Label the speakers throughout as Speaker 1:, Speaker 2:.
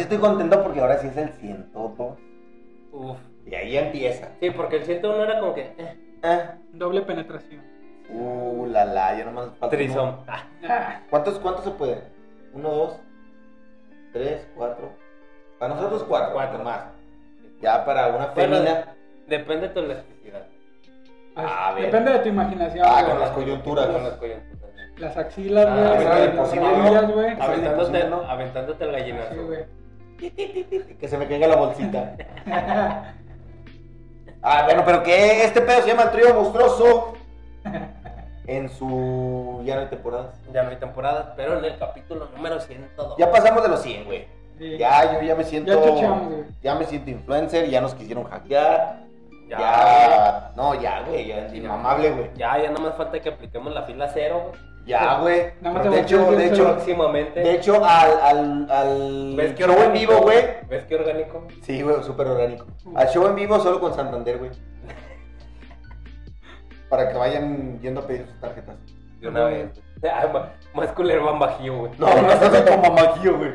Speaker 1: estoy contento porque ahora sí es el 102.
Speaker 2: Uf.
Speaker 1: Y ahí empieza.
Speaker 3: Sí, porque el 101 era como que. eh,
Speaker 1: Ah,
Speaker 2: Doble penetración.
Speaker 1: uh, la la, ya nomás falta uno.
Speaker 3: Trisom. Ah,
Speaker 2: Ah,
Speaker 1: ¿Cuántos, ¿Cuántos se pueden? Uno, dos, tres, cuatro. Para nosotros cuatro,
Speaker 3: Cuatro.
Speaker 1: más. Ya para una
Speaker 3: Bueno,
Speaker 1: femina.
Speaker 3: depende de tu elasticidad.
Speaker 1: A ver.
Speaker 2: Pues, Depende de tu imaginación.
Speaker 1: Ah,
Speaker 2: güey.
Speaker 1: con pues, las coyunturas.
Speaker 3: Con las coyunturas.
Speaker 2: Las axilas,
Speaker 3: Ah,
Speaker 2: güey.
Speaker 3: esa
Speaker 2: las
Speaker 3: es imposible, ¿no?
Speaker 2: rodillas, güey.
Speaker 1: Ah,
Speaker 3: Aventándote,
Speaker 1: ¿no?
Speaker 3: aventándote el gallinazo.
Speaker 2: Sí, güey.
Speaker 1: Que se me caiga la bolsita. Ah, bueno, pero que este pedo se llama el trío monstruoso. En su. Ya no hay temporadas.
Speaker 3: Ya no hay temporadas, pero en el capítulo número 102.
Speaker 1: Ya pasamos de los 100, güey.
Speaker 2: Sí.
Speaker 1: Ya, yo ya me siento.
Speaker 2: Ya chocheamos, güey.
Speaker 1: ya me siento influencer, ya nos quisieron hackear. Ya.
Speaker 3: Ya, ya,
Speaker 1: No, ya, güey. Ya,
Speaker 3: Sí, ya.
Speaker 1: inmamable, güey.
Speaker 3: ya, ya nada más falta que apliquemos la fila cero. güey.
Speaker 1: Ya, güey.
Speaker 2: Nada
Speaker 1: Pero
Speaker 2: más te
Speaker 1: De hecho,
Speaker 2: volteas
Speaker 1: de
Speaker 2: bien
Speaker 1: hecho,
Speaker 2: solo.
Speaker 3: Próximamente.
Speaker 1: de hecho, al, al, al
Speaker 3: ¿Ves qué
Speaker 1: show en vivo, güey.
Speaker 3: ¿Ves qué orgánico?
Speaker 1: Sí, güey, súper orgánico. Al show en vivo solo con Santander, güey. Para que vayan yendo a pedir sus tarjetas.
Speaker 3: De una vez. Ah, ma- más culero van bajío, güey.
Speaker 1: No, no se hace como maquillo, güey.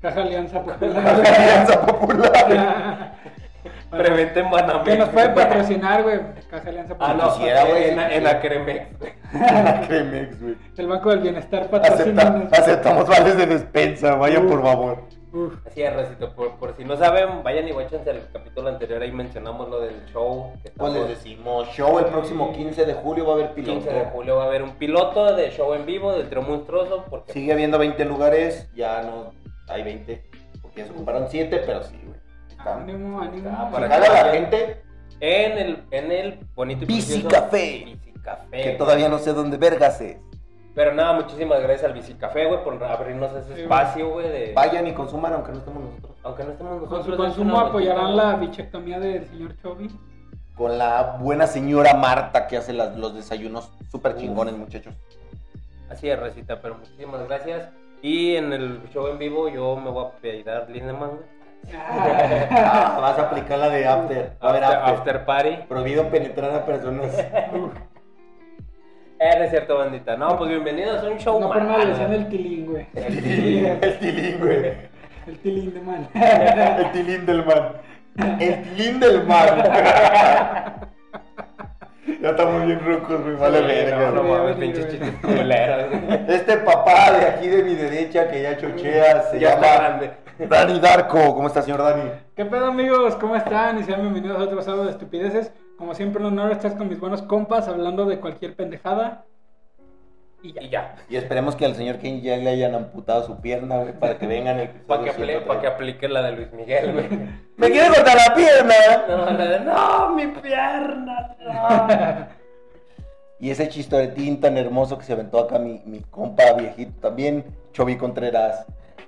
Speaker 2: Caja Alianza pues. Popular.
Speaker 1: Alianza Popular.
Speaker 3: Prevente en Banamex.
Speaker 2: que nos puede
Speaker 3: güey.
Speaker 2: patrocinar, güey. Caja Alianza pues,
Speaker 3: Ah,
Speaker 2: Popular.
Speaker 3: no,
Speaker 1: Quisiera, güey,
Speaker 3: en,
Speaker 1: sí,
Speaker 3: en
Speaker 1: sí.
Speaker 3: la Cremex, güey.
Speaker 1: Cremex, güey.
Speaker 2: El Banco del Bienestar
Speaker 1: Acepta-
Speaker 2: patrocina.
Speaker 1: aceptamos vales de despensa, vaya por favor.
Speaker 2: Uf,
Speaker 3: Así es, Racito. Por, por si no saben, vayan y guáchense el capítulo anterior. Ahí mencionamos lo del show. Que
Speaker 1: Pues les
Speaker 3: estamos-
Speaker 1: decimos, show el próximo 15 de julio va a haber
Speaker 3: el
Speaker 1: piloto.
Speaker 3: 15 de julio va a haber un piloto de show en vivo del trío monstruoso. Porque
Speaker 1: Sigue habiendo 20 lugares, ya no hay 20, porque ya se ocuparon 7, pero sí, güey. Están-
Speaker 2: ánimo, ánimo.
Speaker 3: Ah,
Speaker 1: Se
Speaker 3: para
Speaker 1: jala
Speaker 3: que
Speaker 1: la
Speaker 3: vayan.
Speaker 1: gente
Speaker 3: en el, en el bonito y
Speaker 1: Bici
Speaker 3: precioso
Speaker 1: Café.
Speaker 3: Bici Café,
Speaker 1: que
Speaker 3: güey.
Speaker 1: todavía no sé dónde vergas es.
Speaker 3: Pero nada, muchísimas gracias al Bicicafé, güey, por abrirnos ese
Speaker 2: Sí,
Speaker 3: espacio, güey, de...
Speaker 1: Vayan y consuman aunque no estemos nosotros.
Speaker 3: Aunque no estemos nosotros...
Speaker 2: Con su
Speaker 3: es
Speaker 2: consumo
Speaker 3: una
Speaker 2: apoyarán
Speaker 3: bonita-
Speaker 2: la bichectomía del señor Chovy.
Speaker 1: Con la buena señora Marta que hace las- los desayunos súper chingones, muchachos.
Speaker 3: Así es, Recita, pero muchísimas gracias. Y en el show en vivo yo me voy a peidar Lindemann, güey.
Speaker 1: Ah, vas a aplicar la de after. A ver,
Speaker 3: after,
Speaker 1: after.
Speaker 3: after party.
Speaker 1: Prohibido penetrar a personas.
Speaker 2: Uf,
Speaker 3: Eh, no es cierto, bandita. No, pues bienvenidos a un show
Speaker 2: no por
Speaker 3: más.
Speaker 1: Ah.
Speaker 2: nada le decían el tilín, güey.
Speaker 1: El tilín, el tilín, güey.
Speaker 2: El tilín de man.
Speaker 1: El tilín del man. El tilín del man. Ya estamos bien rucos, güey. Vale,
Speaker 3: Sí,
Speaker 1: verga.
Speaker 3: No, no
Speaker 2: güey.
Speaker 3: mames, pinches chistes culeros, güey.
Speaker 1: Este papá de aquí de mi derecha que ya chochea se
Speaker 3: Mm, Ya está
Speaker 1: llama
Speaker 3: grande.
Speaker 1: Dani Darko. ¿Cómo está, señor Dani?
Speaker 2: ¿Qué pedo, amigos? ¿Cómo están? Y sean bienvenidos a otro sábado de estupideces. Como siempre, un honor estar con mis buenos compas hablando de cualquier pendejada.
Speaker 3: Y ya. Y ya.
Speaker 1: Y esperemos que al señor King ya le hayan amputado su pierna, güey, para que vengan el episodio
Speaker 3: Para que, apli- pa' que
Speaker 1: 103.
Speaker 3: aplique la de Luis Miguel, güey.
Speaker 1: ¡Me quiere cortar la pierna!
Speaker 3: No, la de, no, mi pierna, no.
Speaker 1: Y ese chistoretín tan hermoso que se aventó acá mi, mi compa viejito también, Chovy Contreras.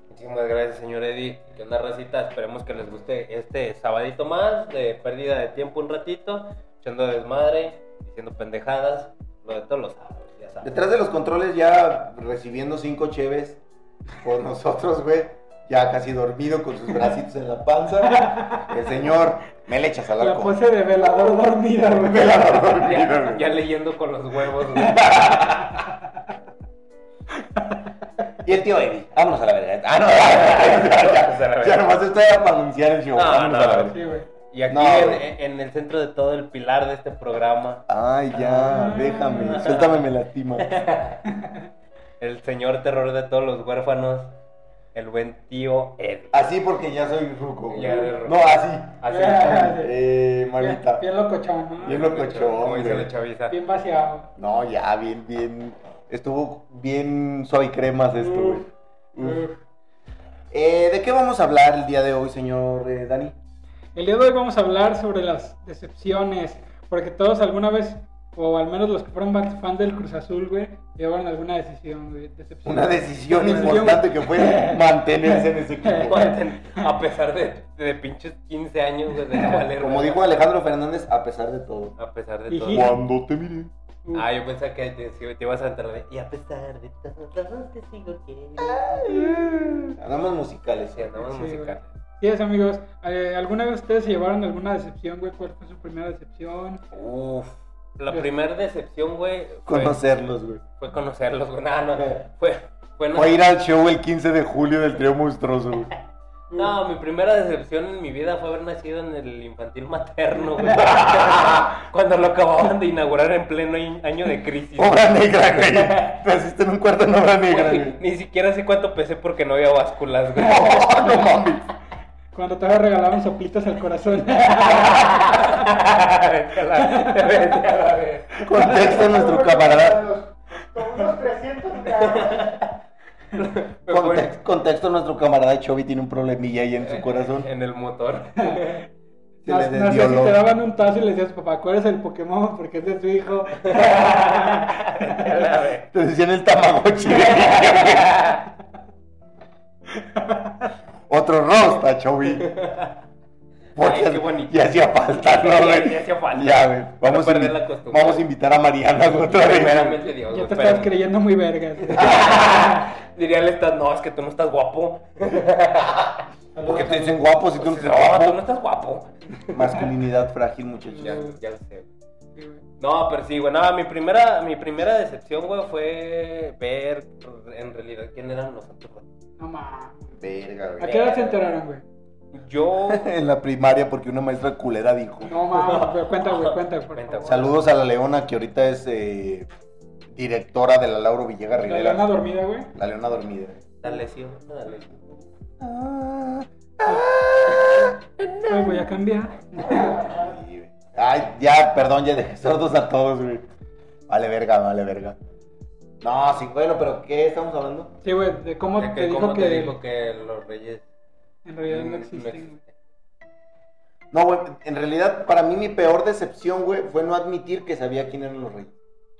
Speaker 3: Muchísimas gracias, señor Eddie. ¿Qué onda, racita? Esperemos que les guste este sabadito más de pérdida de tiempo un ratito, echando desmadre, diciendo pendejadas, lo de todos los sábados, ya saben.
Speaker 1: Detrás de los controles ya recibiendo cinco cheves por nosotros, güey. Ya casi dormido con sus bracitos en la panza. El señor, me le echas al
Speaker 2: La
Speaker 1: arco.
Speaker 2: pose de velador dormida, güey.
Speaker 1: Me la va a dormir,
Speaker 3: Ya,
Speaker 1: güey.
Speaker 3: ya leyendo con los huevos, güey.
Speaker 1: Y el tío Eddie, vámonos a la verga. Ah, no, ya,
Speaker 3: Vámonos a la
Speaker 1: ya,
Speaker 3: verga.
Speaker 1: ya nomás estoy para anunciar el show.
Speaker 3: No,
Speaker 1: vámonos
Speaker 3: no.
Speaker 1: a la verga.
Speaker 2: Sí, güey.
Speaker 3: Y aquí
Speaker 1: No,
Speaker 3: en,
Speaker 1: güey.
Speaker 3: en el centro de todo el pilar de este programa,
Speaker 1: Ay, ya, déjame, suéltame, me lastima.
Speaker 3: el señor terror de todos los huérfanos, el buen tío E. Eddie.
Speaker 1: Así porque ya soy ruco. güey.
Speaker 3: Ya eres ruco.
Speaker 1: No, así.
Speaker 3: Así,
Speaker 1: Ah.
Speaker 2: Ya,
Speaker 1: Eh,
Speaker 2: Bien,
Speaker 1: manita.
Speaker 2: bien locochón, ¿no?
Speaker 1: Bien
Speaker 3: como
Speaker 1: locochón,
Speaker 3: dice la
Speaker 1: güey.
Speaker 3: chaviza.
Speaker 2: Bien vaciado.
Speaker 1: No, ya, bien, bien. Estuvo bien suave y cremas esto, güey. Uf.
Speaker 2: Uf.
Speaker 1: Eh, ¿De qué vamos a hablar el día de hoy, señor eh, Dani?
Speaker 2: El día de hoy vamos a hablar sobre las decepciones, porque todos alguna vez, o al menos los que fueron más fan del Cruz Azul, güey, llevaron alguna decisión, güey. Decepción.
Speaker 1: Una decisión
Speaker 2: Decisión.
Speaker 1: importante que fue mantenerse en ese equipo.
Speaker 3: A pesar de, de pinches 15 años, güey, de no valer
Speaker 1: Como
Speaker 3: verga.
Speaker 1: dijo Alejandro Fernández, a pesar de todo.
Speaker 3: A pesar de todo.
Speaker 2: Y-
Speaker 1: Cuando te miré.
Speaker 2: Uf.
Speaker 3: Ah, yo pensaba que te, si te ibas a entrar de, Y a pesar de todo, te sigo queriendo.
Speaker 1: Andamos musicales.
Speaker 3: Sí, andamos
Speaker 2: Sí,
Speaker 3: musicales.
Speaker 2: Así es, amigos. Eh, ¿Alguna vez ustedes se llevaron alguna decepción, güey? ¿Cuál fue su primera decepción?
Speaker 3: Uf. La primera decepción, güey, fue,
Speaker 1: Conocerlos, güey.
Speaker 3: fue conocerlos, güey. Nada, no. Fue, fue,
Speaker 1: Fue ir al show el 15 de julio del trío monstruoso, güey. Mm.
Speaker 3: No, mi primera decepción en mi vida fue haber nacido en el infantil materno, güey. Cuando lo acababan de inaugurar en pleno in- año de crisis.
Speaker 1: Obra negra, güey. Naciste en un cuarto en obra negra,
Speaker 3: Güey,
Speaker 1: güey.
Speaker 3: Ni siquiera sé cuánto pesé porque no había básculas, güey.
Speaker 1: Oh, no mames.
Speaker 2: Cuando te regalaban soplitas al corazón.
Speaker 3: Vete a la- vete a la verga.
Speaker 1: Contexto a nuestro camarada.
Speaker 4: Con unos 300 gramos.
Speaker 3: Me fue-
Speaker 1: Context- contexto a nuestro camarada Chovy tiene un problemilla ahí
Speaker 3: Eh,
Speaker 1: en su corazón.
Speaker 3: En el motor.
Speaker 1: Se
Speaker 2: No,
Speaker 1: le
Speaker 2: no sé si
Speaker 1: desvioló.
Speaker 2: te daban un tazo y le decías, papá, ¿cuál es el Pokémon? Porque es de tu hijo.
Speaker 3: Vete a la verga.
Speaker 1: Te decían el tamagotchi. de niño, güey. Otro rosta, Chovy. Porque
Speaker 3: Ay, qué bonito.
Speaker 1: ya hacía falta, ¿no,
Speaker 3: Ya-
Speaker 1: güey?
Speaker 3: ya hacía falta.
Speaker 1: Ya, güey.
Speaker 3: Para
Speaker 1: Vamos, a
Speaker 3: perder
Speaker 1: invi-
Speaker 3: la costumbre.
Speaker 1: vamos a invitar a Mariana güey, otra vez.
Speaker 3: Primeramente Dios,
Speaker 2: Ya
Speaker 3: güey,
Speaker 2: te estabas
Speaker 3: espérame.
Speaker 2: creyendo muy vergas.
Speaker 3: Diría el estás, no, es que tú no estás guapo.
Speaker 1: Porque te dicen guapo si tú no
Speaker 3: Pues,
Speaker 1: estás
Speaker 3: no, tú no
Speaker 1: guapo.
Speaker 3: estás guapo.
Speaker 1: Masculinidad frágil, muchachos.
Speaker 3: Ya, ya lo sé. No, pero sí, güey. nada, mi primera, mi primera decepción, güey, fue ver en realidad quién eran los otros.
Speaker 2: No mames.
Speaker 1: Verga,
Speaker 2: ¿A
Speaker 1: güey.
Speaker 2: qué edad se enteraron, güey?
Speaker 3: Yo.
Speaker 1: En la primaria, porque una maestra culera dijo.
Speaker 2: No mames, güey, cuenta, güey, cuenta, por
Speaker 3: Cuenta,
Speaker 2: favor.
Speaker 1: Saludos a la Leona, que ahorita es eh, directora de la Lauro Villegas
Speaker 2: La
Speaker 1: Rivera.
Speaker 2: lana dormida, güey.
Speaker 1: La Leona dormida.
Speaker 3: Dale, sí, güey, dale. sí.
Speaker 2: Ay, voy a cambiar.
Speaker 1: Sí, güey. Ay, ya, perdón, ya dejé sordos a todos, güey. Vale verga, vale verga. No, sí, bueno, pero ¿qué estamos hablando?
Speaker 2: Sí, güey, de cómo
Speaker 3: De que
Speaker 2: te dijo
Speaker 3: ¿Cómo
Speaker 2: que,
Speaker 3: te dijo que los reyes
Speaker 2: en realidad no existen, güey.
Speaker 1: No, güey, en realidad, para mí mi peor decepción, güey, fue no admitir que sabía quién eran los reyes.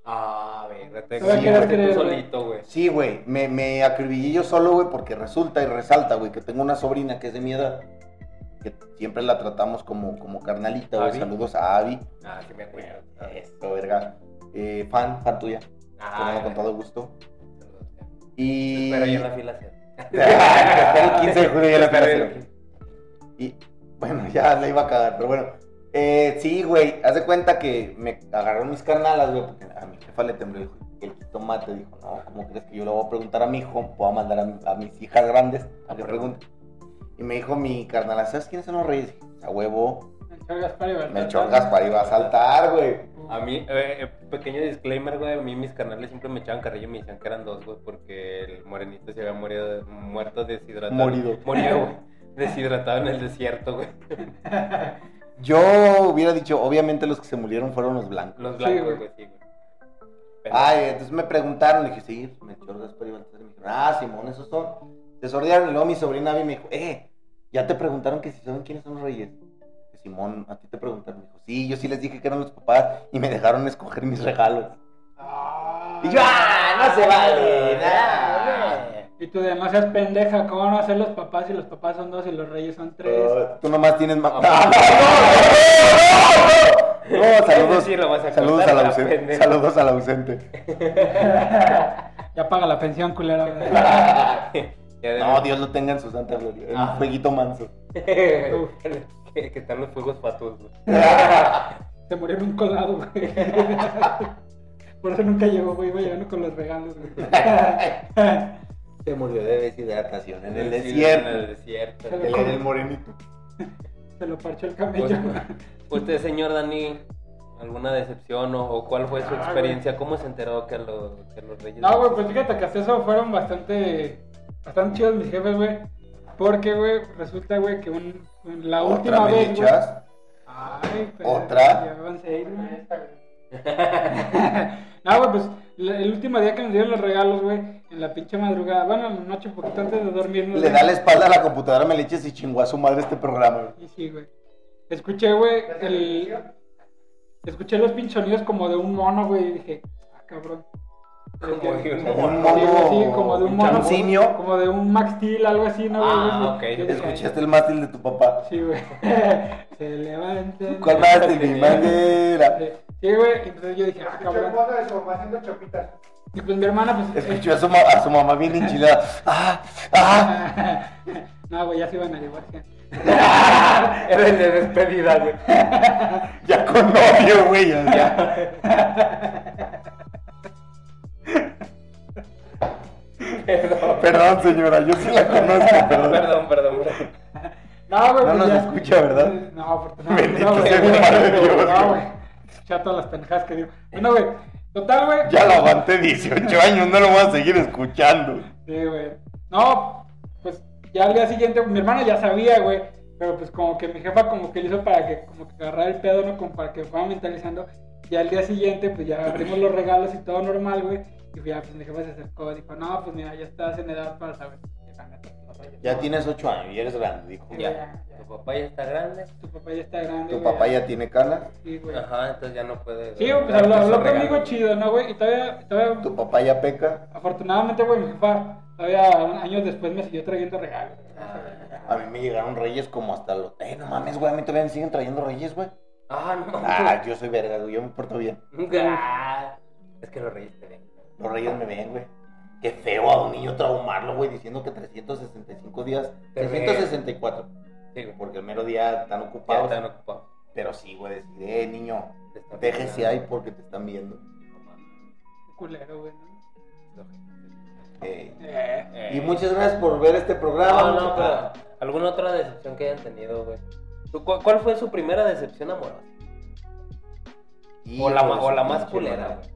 Speaker 3: Ah, verga, te
Speaker 1: No la quieras
Speaker 3: tú
Speaker 2: creer, güey.
Speaker 3: solito, güey.
Speaker 1: Sí, güey, me, me acribillé yo solo, güey, porque resulta y resalta, güey, que tengo una sobrina que es de mi edad, que siempre la tratamos como, como carnalita, güey.
Speaker 3: Abby.
Speaker 1: Saludos a Abby.
Speaker 3: Ah, sí me acuerdo.
Speaker 1: Esto, verga. Eh, fan, fan tuya.
Speaker 3: Ah,
Speaker 1: Te mando con todo gusto.
Speaker 3: Te
Speaker 1: Y.
Speaker 3: Espero yo en la fila cero.
Speaker 1: Espero el 15 de julio ya la
Speaker 3: Espero
Speaker 1: fila
Speaker 3: yo
Speaker 1: cero. Y bueno, ya la iba a cagar, pero bueno. Eh, sí, güey, haz de cuenta que me agarraron mis carnalas, güey, porque a mi jefa le tembló el, el jitomate. Dijo, no, ¿cómo crees que yo le voy a preguntar a mi hijo? Voy a mandar a, mi- a mis hijas grandes a que pregunten. Y me dijo mi carnala, ¿sabes quiénes son los reyes? Y dije, A huevo,
Speaker 2: Melchor Gaspar y Baltasar.
Speaker 1: Melchor Gaspar iba a saltar, güey.
Speaker 3: A mí, eh, eh, pequeño disclaimer, güey, a mí mis canales siempre me echaban carrillo y me decían que eran dos, güey, porque el morenito se había morido, de- muerto deshidratado.
Speaker 1: Morido.
Speaker 3: Morido, güey. Deshidratado en el desierto, güey.
Speaker 1: Yo hubiera dicho, obviamente los que se murieron fueron los blancos.
Speaker 3: Los
Speaker 2: Sí,
Speaker 3: blancos,
Speaker 2: güey.
Speaker 3: güey, sí, güey.
Speaker 1: Ay, entonces me preguntaron, le dije, sí, Melchor Gaspar y Baltasar. Y me dijeron, ah, Simón, esos son. Se sordearon y luego mi sobrina Abby me dijo, eh, ya te preguntaron que si saben quiénes son los reyes. Que Simón, a ti te preguntaron. Me dijo, sí, yo sí les dije que eran los papás y me dejaron escoger mis regalos.
Speaker 2: Ah.
Speaker 1: Y yo, ah, no se vale, nada.
Speaker 3: Ay,
Speaker 2: Y tú además seas pendeja, ¿cómo van a ser los papás si los papás son dos y los reyes son tres?
Speaker 1: Ah, Tú nomás tienes más.
Speaker 3: Ah,
Speaker 1: ¡No, no, no, no, no! No, saludos.
Speaker 3: Ese sí lo vas a
Speaker 1: saludos al
Speaker 3: cortar, la
Speaker 1: ausente.
Speaker 3: pendeja.
Speaker 1: Saludos al ausente.
Speaker 2: Ya paga la pensión, culera. güey.
Speaker 3: Ya de-
Speaker 1: No, Dios lo tenga en su santa gloria.
Speaker 3: Ah.
Speaker 1: Un jueguito manso.
Speaker 3: que, que están los fuegos patos, güey.
Speaker 2: Se murió en un colado, güey. Por eso nunca llegó, güey. Iba llegando con los regalos, güey.
Speaker 1: Se murió de deshidratación en el
Speaker 3: En el
Speaker 1: desierto.
Speaker 3: desierto.
Speaker 2: Se
Speaker 1: Él era el morenito.
Speaker 2: Se lo parchó el
Speaker 1: Pues,
Speaker 2: camello, güey.
Speaker 3: Usted, señor Dani, ¿alguna decepción o, o cuál fue su
Speaker 2: Ah,
Speaker 3: experiencia? ¿Cómo se enteró que, lo- que los reyes...
Speaker 2: No, güey, pues fíjate que hasta eso fueron bastante, bastante chidos mis jefes, güey. Porque, güey, resulta, güey, que un, un- la última
Speaker 1: ¿Otra
Speaker 2: vez, güey.
Speaker 1: melichas?
Speaker 2: Ay, pues,
Speaker 1: ¿Otra?
Speaker 2: ya van seis, güey. No, güey, pues la- el último día que nos dieron los regalos, güey, en la pinche madrugada, bueno, en la noche, poquito antes de dormirnos.
Speaker 1: Le
Speaker 2: güey.
Speaker 1: da la espalda a la computadora Melichas y chingó a su madre este programa. güey.
Speaker 2: Y sí, güey. Escuché, güey,
Speaker 4: ¿Desde el
Speaker 2: el...
Speaker 4: inicio?
Speaker 2: Escuché los pinches sonidos como de un mono, güey, y dije, ah, cabrón.
Speaker 3: Como de un
Speaker 2: Sí,
Speaker 1: mono.
Speaker 2: güey, sí, como de un mono.
Speaker 1: Un simio.
Speaker 2: Como de un Max Steel, algo así, ¿no, güey?
Speaker 3: Ah,
Speaker 2: Yo
Speaker 3: ok.
Speaker 2: dije,
Speaker 1: Escuchaste el mástil de tu papá.
Speaker 2: Sí, güey. Se levanta.
Speaker 1: ¿Cuál mástil? Mi manguera.
Speaker 2: Sí, güey. Entonces yo dije, ah,
Speaker 4: Escuché el
Speaker 2: cabrón.
Speaker 4: fondo de su mamá haciendo chopitas.
Speaker 2: Y pues mi hermana, pues.
Speaker 1: Escuchó a su, ma- a su mamá bien enchilada. ¡Ah! ¡Ah!
Speaker 2: no, güey, ya se iban a llevar. ya.
Speaker 3: Era el de despedida, güey.
Speaker 1: Ya con novio, güey. o sea.
Speaker 3: Perdón.
Speaker 1: Perdón, señora, yo sí la conozco, perdón.
Speaker 3: Perdón, perdón. perdón.
Speaker 2: No,
Speaker 1: No
Speaker 2: güey, pues
Speaker 1: nos
Speaker 2: ya.
Speaker 1: escucha, ¿verdad?
Speaker 2: No, afortunadamente no,
Speaker 1: Bendito
Speaker 2: güey.
Speaker 1: sea mi madre Dios,
Speaker 2: No,
Speaker 1: güey.
Speaker 2: güey. Ya todas las pendejadas que digo. Bueno, güey. Total, güey.
Speaker 1: Ya la aguanté 18 años, no lo voy a seguir escuchando.
Speaker 2: Sí, güey. No, pues ya al día siguiente, mi hermana ya sabía, güey. Pero pues como que mi jefa como que le hizo para que como que agarrara el pedo, ¿no? Como para que fuera mentalizando. Y al día siguiente, pues ya abrimos los regalos y todo normal, güey. Y ya, pues mi jefa se acercó y dijo, no, pues mira, ya estás en edad para saber. que la neta, no vayas".
Speaker 1: Ya tienes 8 años y eres grande, dijo.
Speaker 2: Sí, güey,
Speaker 3: Ya,
Speaker 2: ya, ya.
Speaker 3: tu papá ya está grande.
Speaker 2: Tu papá ya está grande,
Speaker 1: Tu
Speaker 2: güey,
Speaker 1: papá ya tiene cana,
Speaker 2: Sí, güey.
Speaker 3: Ajá, entonces ya no puede.
Speaker 2: Sí, güey, pues habló, habló conmigo chido, ¿no, güey? Y todavía, todavía
Speaker 1: tu papá ya peca.
Speaker 2: afortunadamente, güey, mi jefa todavía un- años después me siguió trayendo regalos. güey.
Speaker 1: A mí me llegaron reyes como hasta los. Eh, no mames, güey, a mí todavía me siguen trayendo reyes, güey.
Speaker 3: Ah, no.
Speaker 1: Ah, yo soy verga, güey, yo me porto bien.
Speaker 3: Ah, es que lo reíste, güey.
Speaker 1: Los reyes me ven, güey. Qué feo a un niño traumarlo, güey, diciendo que 365 días.
Speaker 3: Te ven.
Speaker 1: 364.
Speaker 3: Sí, güey.
Speaker 1: Porque el mero día están
Speaker 3: Ya
Speaker 1: ocupados.
Speaker 3: están ocupados.
Speaker 1: Pero sí, güey, decir, eh, niño,
Speaker 3: Te están
Speaker 1: déjese
Speaker 3: pegando.
Speaker 1: ahí porque te están viendo.
Speaker 3: No mames.
Speaker 2: Culero, güey. ¿no?
Speaker 1: Eh,
Speaker 2: Eh.
Speaker 3: Eh.
Speaker 1: Y muchas gracias por ver este programa.
Speaker 3: No,
Speaker 1: muchas
Speaker 3: no, pero.
Speaker 1: gracias.
Speaker 3: ¿Alguna otra decepción que hayan tenido, güey? ¿Tú, cu- ¿Cuál fue su primera decepción amorosa? O la,
Speaker 1: Hijo
Speaker 3: ma-
Speaker 1: de
Speaker 3: o
Speaker 1: su
Speaker 3: la más
Speaker 1: pinche
Speaker 3: culera,
Speaker 1: madre.
Speaker 3: güey.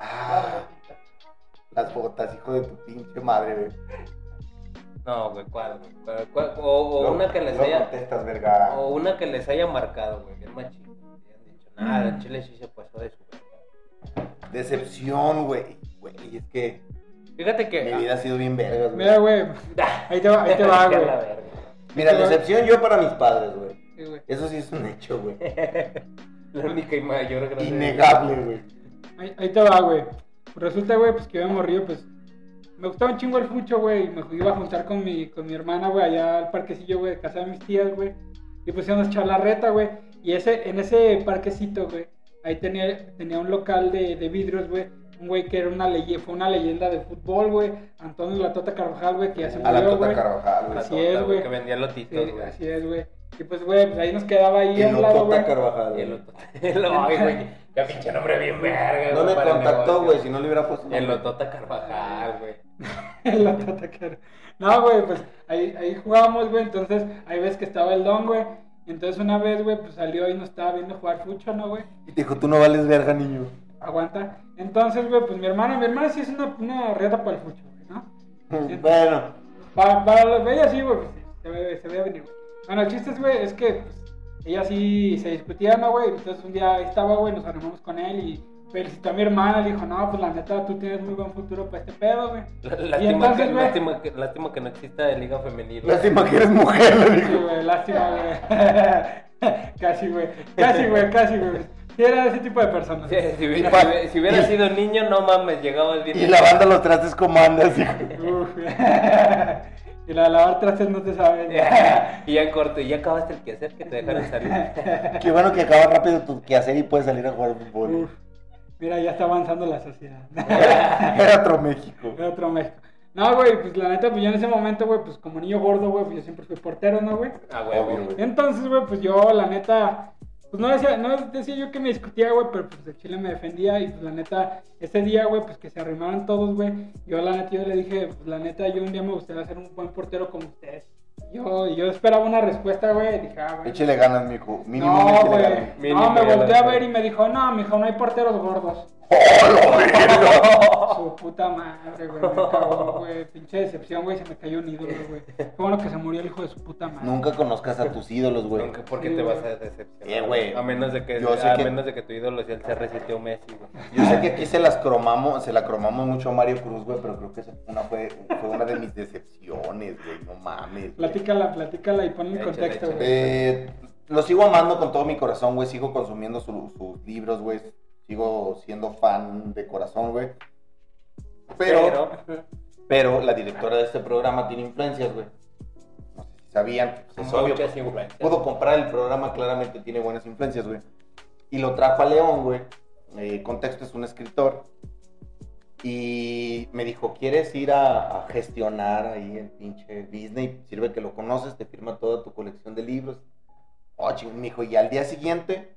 Speaker 1: Ah, las botas, hijo de tu pinche madre, güey.
Speaker 3: No, güey, ¿cuál? güey? ¿Cuál- cuál? O, o
Speaker 1: No,
Speaker 3: una que les
Speaker 1: no
Speaker 3: haya.
Speaker 1: contestas, verga.
Speaker 3: O una que les haya marcado, güey. Bien machín. güey, que hayan dicho, nada, el chile sí se pasó de su verga".
Speaker 1: Decepción, güey. Güey, es que
Speaker 3: Fíjate que. ah,
Speaker 1: mi vida ha sido bien vergas, güey.
Speaker 2: Mira, güey. Ahí te va, ahí te va,
Speaker 3: Ya
Speaker 2: güey.
Speaker 3: la verga.
Speaker 1: Mira, decepción yo para mis padres, güey.
Speaker 2: Sí, güey.
Speaker 1: Eso sí es un hecho, güey.
Speaker 3: La única y mayor gracia.
Speaker 1: Innegable, güey.
Speaker 2: Ahí, ahí te va, güey. Resulta, güey, pues que yo me morrí, pues. Me gustaba un chingo el fucho, güey. Y me iba a juntar con mi, con mi hermana, güey, allá al parquecillo, güey, de casa de mis tías, güey. Y pues pusimos charlarreta, güey. Y ese, en ese parquecito, güey, ahí tenía, tenía un local de, de vidrios, güey. Un güey que era una leye- fue una leyenda de fútbol, güey. Antonio La Tota Carvajal, güey, que ya se
Speaker 1: A la
Speaker 2: murió,
Speaker 1: Tota
Speaker 2: güey.
Speaker 1: Carvajal, güey.
Speaker 2: Así es, güey.
Speaker 3: Que vendía
Speaker 2: Sí,
Speaker 3: lotitos, güey.
Speaker 2: así es, güey. Y pues, güey, pues ahí nos quedaba ahí
Speaker 1: Y
Speaker 2: a un
Speaker 1: no
Speaker 2: lado,
Speaker 1: Tota
Speaker 2: güey.
Speaker 1: Carvajal,
Speaker 3: Y el
Speaker 1: güey.
Speaker 3: otro. El ay, güey. Ya pinche nombre bien verga,
Speaker 1: No me
Speaker 3: güey, para
Speaker 1: contactó,
Speaker 3: negocio.
Speaker 1: güey, si no le hubiera puesto.
Speaker 3: El Lotota Carvajal, güey.
Speaker 2: La tata que era. No, güey, pues ahí, ahí jugábamos, güey. Entonces, ahí ves que estaba el don, güey. Entonces, una vez, güey, pues salió y nos estaba viendo jugar fucho, ¿no, güey?
Speaker 1: Y te dijo, tú no vales verga, niño.
Speaker 2: Aguanta. Entonces, güey, pues mi hermana, mi hermana sí es una, una reta para el fucho, güey, ¿no?
Speaker 1: Bueno,
Speaker 2: Para, para los bellas, sí, güey, pues, se ve, se ve venir, güey. Bueno, el chiste es, güey, es que pues, ella sí se discutía, ¿no, güey? Entonces, un día ahí estaba, güey, nos arrimamos con él y felicitó a mi hermana. Le dijo, no, pues la neta, tú tienes muy buen futuro para este pedo, güey.
Speaker 3: Lástima,
Speaker 2: entonces,
Speaker 3: que,
Speaker 2: güey.
Speaker 3: lástima, que, lástima que no exista de liga femenil. güey.
Speaker 1: lástima que eres mujer, le
Speaker 2: Sí,
Speaker 1: dijo.
Speaker 2: güey, lástima, güey. Casi, güey. Casi, güey, casi, güey. Sí, era ese tipo de personas.
Speaker 3: Si, si hubiera,
Speaker 1: Y pa-
Speaker 3: si hubiera- si hubiera
Speaker 1: y-
Speaker 3: sido niño, no mames, llegabas bien.
Speaker 1: Y lavando los trastes como andas, hijo.
Speaker 2: Uf. Y la de lavar trastes no te sabes.
Speaker 3: y ya en corto, y ya acabaste el quehacer que te dejaron salir.
Speaker 1: Qué bueno que acabas rápido tu quehacer y puedes salir a jugar fútbol.
Speaker 2: Uf. Mira, ya está avanzando la sociedad.
Speaker 1: Era otro México.
Speaker 2: Era otro México. No, güey, pues la neta, pues yo en ese momento, güey, pues como niño gordo, güey, pues yo siempre fui portero, ¿no, güey?
Speaker 3: Ah, huevo.
Speaker 1: Obvio, güey.
Speaker 2: Entonces, güey, pues yo, la neta, pues no decía, no decía yo que me discutía, güey, pero pues el chile me defendía y pues la neta, ese día, güey, pues que se arrimaron todos, güey, yo la neta, yo le dije, pues la neta, yo un día me gustaría ser un buen portero como ustedes. Yo, yo esperaba una respuesta, güey, dije, ah, bueno.
Speaker 1: Échele ganas, mijo. Mínimo
Speaker 2: No,
Speaker 1: échele
Speaker 2: güey.
Speaker 1: ganas.
Speaker 3: Mínimo,
Speaker 2: No, me
Speaker 3: ya la
Speaker 2: volteé a
Speaker 3: verdad.
Speaker 2: ver y me dijo, no, mijo, no hay porteros gordos.
Speaker 1: ¡Oh, lo verga!
Speaker 3: Oh.
Speaker 2: Su puta madre, güey. Me cagó, güey. Pinche decepción, güey. Se me cayó un ídolo, güey. Qué bueno que se murió el hijo de su puta madre.
Speaker 1: Nunca conozcas a tus ídolos, güey.
Speaker 3: Nunca, porque
Speaker 2: Sí,
Speaker 3: te
Speaker 2: güey.
Speaker 3: vas a decepcionar.
Speaker 1: Eh, güey.
Speaker 3: A menos de que,
Speaker 1: Yo sé
Speaker 3: a
Speaker 1: que-
Speaker 3: menos de que tu ídolo sea el CR7 o Messi, güey.
Speaker 1: Yo sé que aquí se las cromamos, se la cromamos mucho a Mario Cruz, güey, pero creo que esa una fue, fue una de mis decepciones, güey. No mames. güey.
Speaker 2: Platícala, platícala y ponle en
Speaker 3: Échale,
Speaker 2: contexto,
Speaker 3: échale.
Speaker 2: güey.
Speaker 1: Eh, lo sigo amando con todo mi corazón, güey. Sigo consumiendo su- sus libros, güey. Sigo siendo fan de corazón, güey. pero Pero la directora de este programa tiene influencias, güey. No sé si sabían, pues es obvio.
Speaker 3: Muchas
Speaker 1: pues,
Speaker 3: influencias.
Speaker 1: Pudo comprar el programa, claramente tiene buenas influencias, güey. Y lo trajo a León, güey. Eh, contexto es un escritor. Y me dijo, ¿quieres ir a, a gestionar ahí el pinche Disney? Sirve que lo conoces, te firma toda tu colección de libros. Oh, chingón, mijo. Y al día siguiente,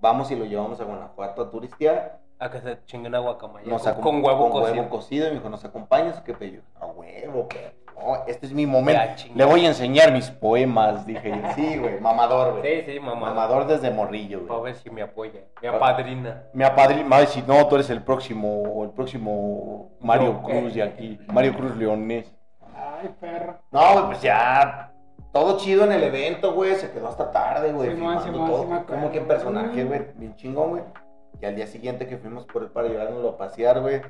Speaker 1: vamos y lo llevamos a Guanajuato a turistear.
Speaker 3: a que se chingue una guacamaya.
Speaker 1: Nos
Speaker 3: con,
Speaker 1: acom-
Speaker 3: con huevo
Speaker 1: con
Speaker 3: cocido.
Speaker 1: huevo cocido. Y me dijo, ¿nos acompañas? ¿Qué pedí? A huevo, perro. no, este es mi momento.
Speaker 3: Ya,
Speaker 1: Le
Speaker 3: chingada.
Speaker 1: voy a enseñar mis poemas, dije yo. Sí, güey, mamador, güey.
Speaker 3: Sí, sí, mamá.
Speaker 1: Mamador desde morrillo,
Speaker 3: Para
Speaker 1: güey.
Speaker 3: ver si me apoya. Me apadrina.
Speaker 1: Me apadrina, me va a decir, no, tú eres el próximo, el próximo Mario
Speaker 3: Yo,
Speaker 1: Cruz de
Speaker 3: eh.
Speaker 1: aquí, Mario Cruz Leones.
Speaker 2: Ay, perro.
Speaker 1: No, güey, pues ya, todo chido en el evento, güey, se quedó hasta tarde, güey,
Speaker 2: Simón,
Speaker 1: filmando
Speaker 2: Simón,
Speaker 1: todo,
Speaker 2: sí me acuerdo.
Speaker 1: como que personaje,
Speaker 2: Mm.
Speaker 1: güey, bien chingón, güey. Y al día siguiente que fuimos por él para llevárnoslo a pasear, güey,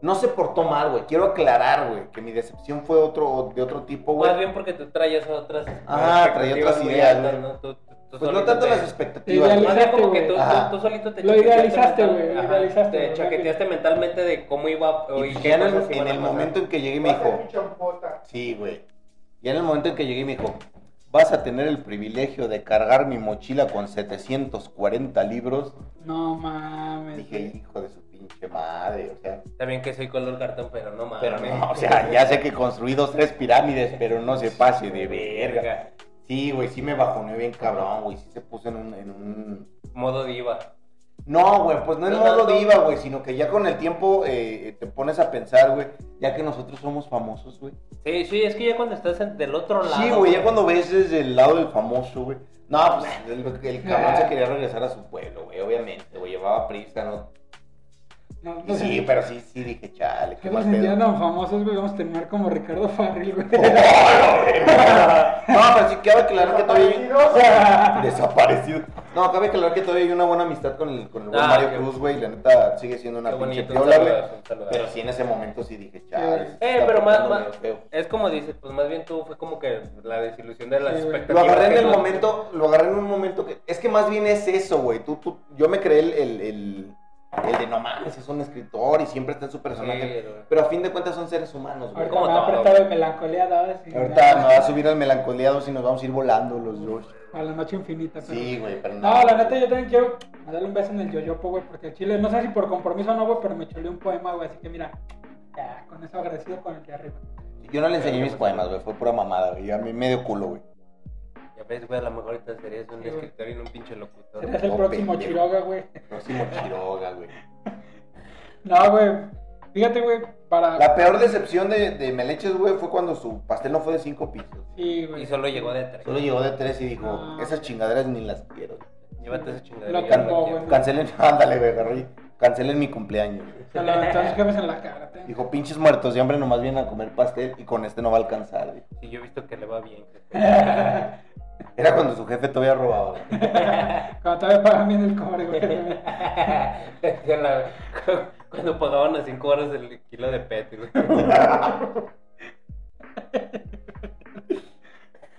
Speaker 1: no se portó mal, güey, quiero aclarar, güey, que mi decepción fue otro, de otro tipo, güey.
Speaker 3: Más bien porque tú traías otras.
Speaker 1: Ajá, Pues, traía
Speaker 3: expectativas
Speaker 1: otras
Speaker 3: muy
Speaker 1: ideas,
Speaker 3: altas,
Speaker 1: güey.
Speaker 3: ¿no? Tú- tú- tú
Speaker 1: Pues no
Speaker 3: solito
Speaker 1: tanto
Speaker 3: te-
Speaker 1: las expectativas,
Speaker 3: Más
Speaker 1: güey.
Speaker 3: bien como que tú,
Speaker 1: Ajá.
Speaker 3: tú- tú solito te
Speaker 2: Lo
Speaker 3: chaqueteaste
Speaker 2: idealizaste,
Speaker 3: mental-
Speaker 2: güey,
Speaker 3: ajá,
Speaker 2: idealizaste,
Speaker 3: Te
Speaker 2: ¿verdad?
Speaker 3: chaqueteaste mentalmente de cómo iba o-
Speaker 1: Y pues
Speaker 3: y
Speaker 1: ya
Speaker 3: qué
Speaker 1: en
Speaker 3: cosas
Speaker 1: el, en
Speaker 3: iban a
Speaker 1: el
Speaker 3: pasar.
Speaker 1: momento en que llegué me
Speaker 4: Va a ser
Speaker 1: dijo,
Speaker 4: mi chompota.
Speaker 1: sí, güey, ya en el momento en que llegué me dijo, vas a tener el privilegio de cargar mi mochila con 740 libros.
Speaker 2: No mames.
Speaker 1: Dije,
Speaker 2: güey.
Speaker 1: hijo de su pinche madre, o sea...
Speaker 3: También que soy color cartón, pero no mames.
Speaker 1: Pero no, o sea, ya sé que construí dos, tres pirámides, pero no se pase de verga. Sí, güey, sí me bajoneó bien cabrón, güey. Sí se puso en un... En un...
Speaker 3: Modo diva.
Speaker 1: No, güey, pues no en
Speaker 3: No
Speaker 1: modo
Speaker 3: tanto.
Speaker 1: diva, güey, sino que ya con el tiempo eh, te pones a pensar, güey, ya que nosotros somos famosos, güey.
Speaker 3: Sí, sí, es que ya cuando estás en- del otro lado.
Speaker 1: Sí, güey, ya cuando ves desde el lado del famoso, güey. No, pues el, el cabrón se quería regresar a su pueblo, güey, obviamente, güey, llevaba prisa, ¿no? Y
Speaker 2: No, no
Speaker 1: sí,
Speaker 3: Pues,
Speaker 2: sé.
Speaker 1: pero sí, sí, dije, chale, qué
Speaker 2: Que nos
Speaker 1: mal pedo.
Speaker 2: sentían tan famosos, güey. Vamos a terminar como Ricardo Farril, güey.
Speaker 1: no, pero sí cabe aclarar que todavía.
Speaker 4: Desaparecidos.
Speaker 1: Desaparecido. No, cabe aclarar que todavía hay una buena amistad con el, con el buen
Speaker 3: Ah,
Speaker 1: Mario
Speaker 3: qué-
Speaker 1: Cruz, güey. La neta sigue siendo una
Speaker 3: Qué
Speaker 1: pinche
Speaker 3: bonito.
Speaker 1: piola,
Speaker 3: un
Speaker 1: güey.
Speaker 3: saludazo, un saludazo.
Speaker 1: Pero sí, en ese momento sí dije, chale.
Speaker 2: Sí.
Speaker 1: se
Speaker 3: Eh,
Speaker 1: está
Speaker 3: pero más,
Speaker 1: portando medio
Speaker 3: más-
Speaker 1: feo.
Speaker 3: es como dices, pues más bien tú fue como que la desilusión de las
Speaker 2: Sí, güey.
Speaker 1: Lo
Speaker 3: expectativas.
Speaker 1: agarré en
Speaker 3: que
Speaker 1: el
Speaker 3: no-
Speaker 1: momento, lo agarré en un momento que. Es que más bien es eso, güey. Tú, tú, yo me creé el, el, el, el de no mames, es un escritor y siempre está en su personaje.
Speaker 3: Sí, güey.
Speaker 1: Pero a fin de cuentas son seres humanos, güey.
Speaker 2: Ahorita
Speaker 3: Como
Speaker 2: me
Speaker 3: todo,
Speaker 2: ha apretado de melancolía, ¿sabes? Y
Speaker 1: Ahorita
Speaker 2: ya,
Speaker 1: me va a subir al melancoleado si nos vamos a ir volando los dos.
Speaker 2: A la noche infinita, pero-
Speaker 1: Sí, güey, pero
Speaker 2: No, la neta, yo también quiero mandarle un beso en el yoyopo, güey, porque el chile, no sé si por compromiso o no, güey, pero me chulé un poema, güey, así que mira, ya, con eso agradecido con el de arriba.
Speaker 1: Yo no le enseñé mis poemas, güey. Fue pura mamada, güey. A mí medio culo, güey.
Speaker 3: Ya ves, güey, a lo mejor ahorita serías un
Speaker 2: Sí, güey.
Speaker 3: escritor y no un pinche locutor.
Speaker 2: Serías el
Speaker 1: no,
Speaker 2: próximo
Speaker 1: pendejo.
Speaker 2: Chiroga, güey.
Speaker 1: Próximo Quiroga, güey.
Speaker 2: No, güey, fíjate, güey, para...
Speaker 1: La peor decepción de, de Meleches, güey, fue cuando su pastel no fue de cinco pisos.
Speaker 2: Sí, Ah. güey.
Speaker 3: Y solo llegó de tres.
Speaker 1: Solo llegó de tres y dijo, esas chingaderas ni las quiero.
Speaker 3: Llévate esa
Speaker 2: Lo
Speaker 3: chingadera. ya
Speaker 2: cargó,
Speaker 3: no la quiero.
Speaker 2: güey.
Speaker 1: Cancelen, ándale, güey, agarré. Cancelen mi cumpleaños.
Speaker 2: Se lo aventó a sus jefes en la cara, te-
Speaker 1: Dijo, pinches muertos de hambre nomás vienen a comer pastel y con este no va a alcanzar, güey.
Speaker 3: Sí, yo he visto que le va bien.
Speaker 1: Era cuando su jefe todavía robaba, güey.
Speaker 2: Cuando todavía pagan bien el cobre, güey. también.
Speaker 3: Con la- Cuando pagaban a 5 horas el kilo de pet, güey.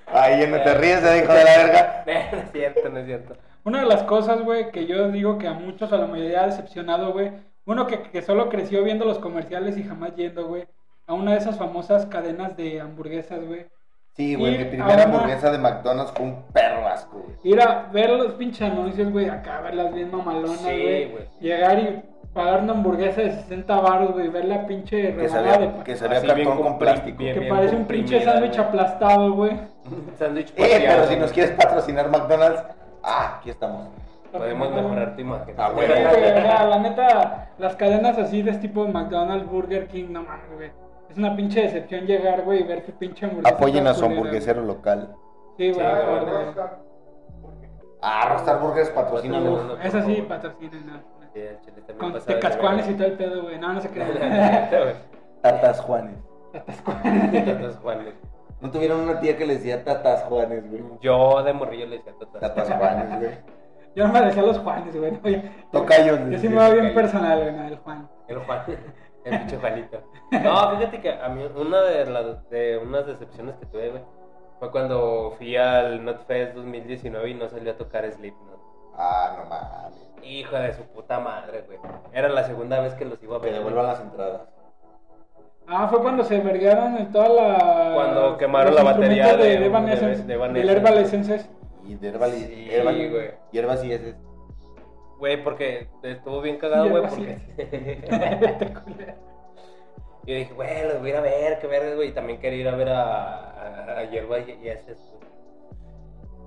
Speaker 1: Ay, ya no te ríes, eh, hijo de la verga.
Speaker 3: No es cierto, no es cierto.
Speaker 2: Una de las cosas, güey, que yo digo que a muchos, a la mayoría ha decepcionado, güey. Uno que, que solo creció viendo los comerciales y jamás yendo, güey. A una de esas famosas cadenas de hamburguesas, güey.
Speaker 1: Sí, güey,
Speaker 2: Y
Speaker 1: mi primera
Speaker 2: ahora-
Speaker 1: hamburguesa de McDonald's fue un perro asco, güey.
Speaker 2: Ir a ver los pinches anuncios, güey, acá verlas bien mamalonas,
Speaker 3: Sí,
Speaker 2: güey.
Speaker 3: güey.
Speaker 2: Llegar y pagar una hamburguesa de 60 baros, güey, ver la pinche
Speaker 1: Que
Speaker 2: rebanada de
Speaker 1: sabía,
Speaker 2: pa-
Speaker 1: que sabía
Speaker 3: Así bien
Speaker 1: cartón
Speaker 3: compli-
Speaker 1: con plástico. Eh,
Speaker 3: bien-
Speaker 2: que parece un
Speaker 3: comprimida,
Speaker 2: pinche sándwich
Speaker 3: güey.
Speaker 2: aplastado, güey.
Speaker 3: Un sándwich
Speaker 1: Eh, pero
Speaker 3: pateado,
Speaker 1: si nos
Speaker 3: güey.
Speaker 1: quieres patrocinar McDonald's, ah, aquí estamos.
Speaker 3: Podemos mejorar tu imagen.
Speaker 1: Ah,
Speaker 2: Sí,
Speaker 1: güey.
Speaker 2: güey, o sea, la neta, las cadenas así de este tipo McDonald's, Burger King, no mames, güey. Es una pinche decepción llegar, güey, y ver tu pinche hamburguesa.
Speaker 1: Apoyen
Speaker 2: toda
Speaker 1: a su
Speaker 2: culera,
Speaker 1: hamburguesero local.
Speaker 2: güey. Sí, güey.
Speaker 3: Sí,
Speaker 2: la
Speaker 3: güey,
Speaker 2: verdad.
Speaker 4: Rockstar.
Speaker 1: Ah, Rostar Burgers patrocina.
Speaker 3: No, no,
Speaker 2: Uf,
Speaker 3: no,
Speaker 2: esa
Speaker 3: por
Speaker 2: sí,
Speaker 3: favor.
Speaker 2: patrocinen. ¿no?
Speaker 3: Sí, el chile también
Speaker 2: Con
Speaker 3: pasaba de
Speaker 2: tecascuanes y
Speaker 3: verga.
Speaker 2: todo el pedo, güey. No, no se crean.
Speaker 3: Tatas
Speaker 1: Tatas Juanes.
Speaker 3: Juanes.
Speaker 1: ¿No tuvieron una tía que les decía Tatas Juanes, güey?
Speaker 3: Yo de morrillo le decía tatas.
Speaker 1: Tatas Juanes, güey.
Speaker 2: Yo no me decía los Juanes, güey. No, yo,
Speaker 1: Tocayos,
Speaker 2: Yo sí
Speaker 1: decía.
Speaker 2: me va bien
Speaker 3: Tocayos.
Speaker 2: personal, güey, no, el Juan.
Speaker 3: El Juan. El pinche Juanito. No, fíjate que a mí una de las de unas decepciones que tuve, güey, fue cuando fui al NotFest 2019 y no salió a tocar Slipknot.
Speaker 1: Ah, no mames.
Speaker 3: Hijo de su puta madre, güey. Era la segunda vez que los iba a
Speaker 1: Que
Speaker 3: ver. güey.
Speaker 1: devuelvan las entradas.
Speaker 2: Ah, fue cuando se verguearon en toda la.
Speaker 3: Cuando quemaron
Speaker 2: los
Speaker 3: la batería
Speaker 2: instrumentos de,
Speaker 3: de-
Speaker 2: de Van
Speaker 3: de-
Speaker 2: Essence.
Speaker 3: de Van
Speaker 2: del
Speaker 3: Essence.
Speaker 2: Herbal Essences.
Speaker 1: Y de Herbal y
Speaker 3: Sí,
Speaker 1: Herbal,
Speaker 3: güey.
Speaker 1: Hierbas y ese.
Speaker 3: Güey, porque estuvo bien cagado,
Speaker 2: Y
Speaker 3: güey,
Speaker 2: algo
Speaker 3: porque... Yo dije, güey, los voy a ir a ver, qué verga, güey. Y también quería ir a ver a, a, a Hierba y, y a ese, güey.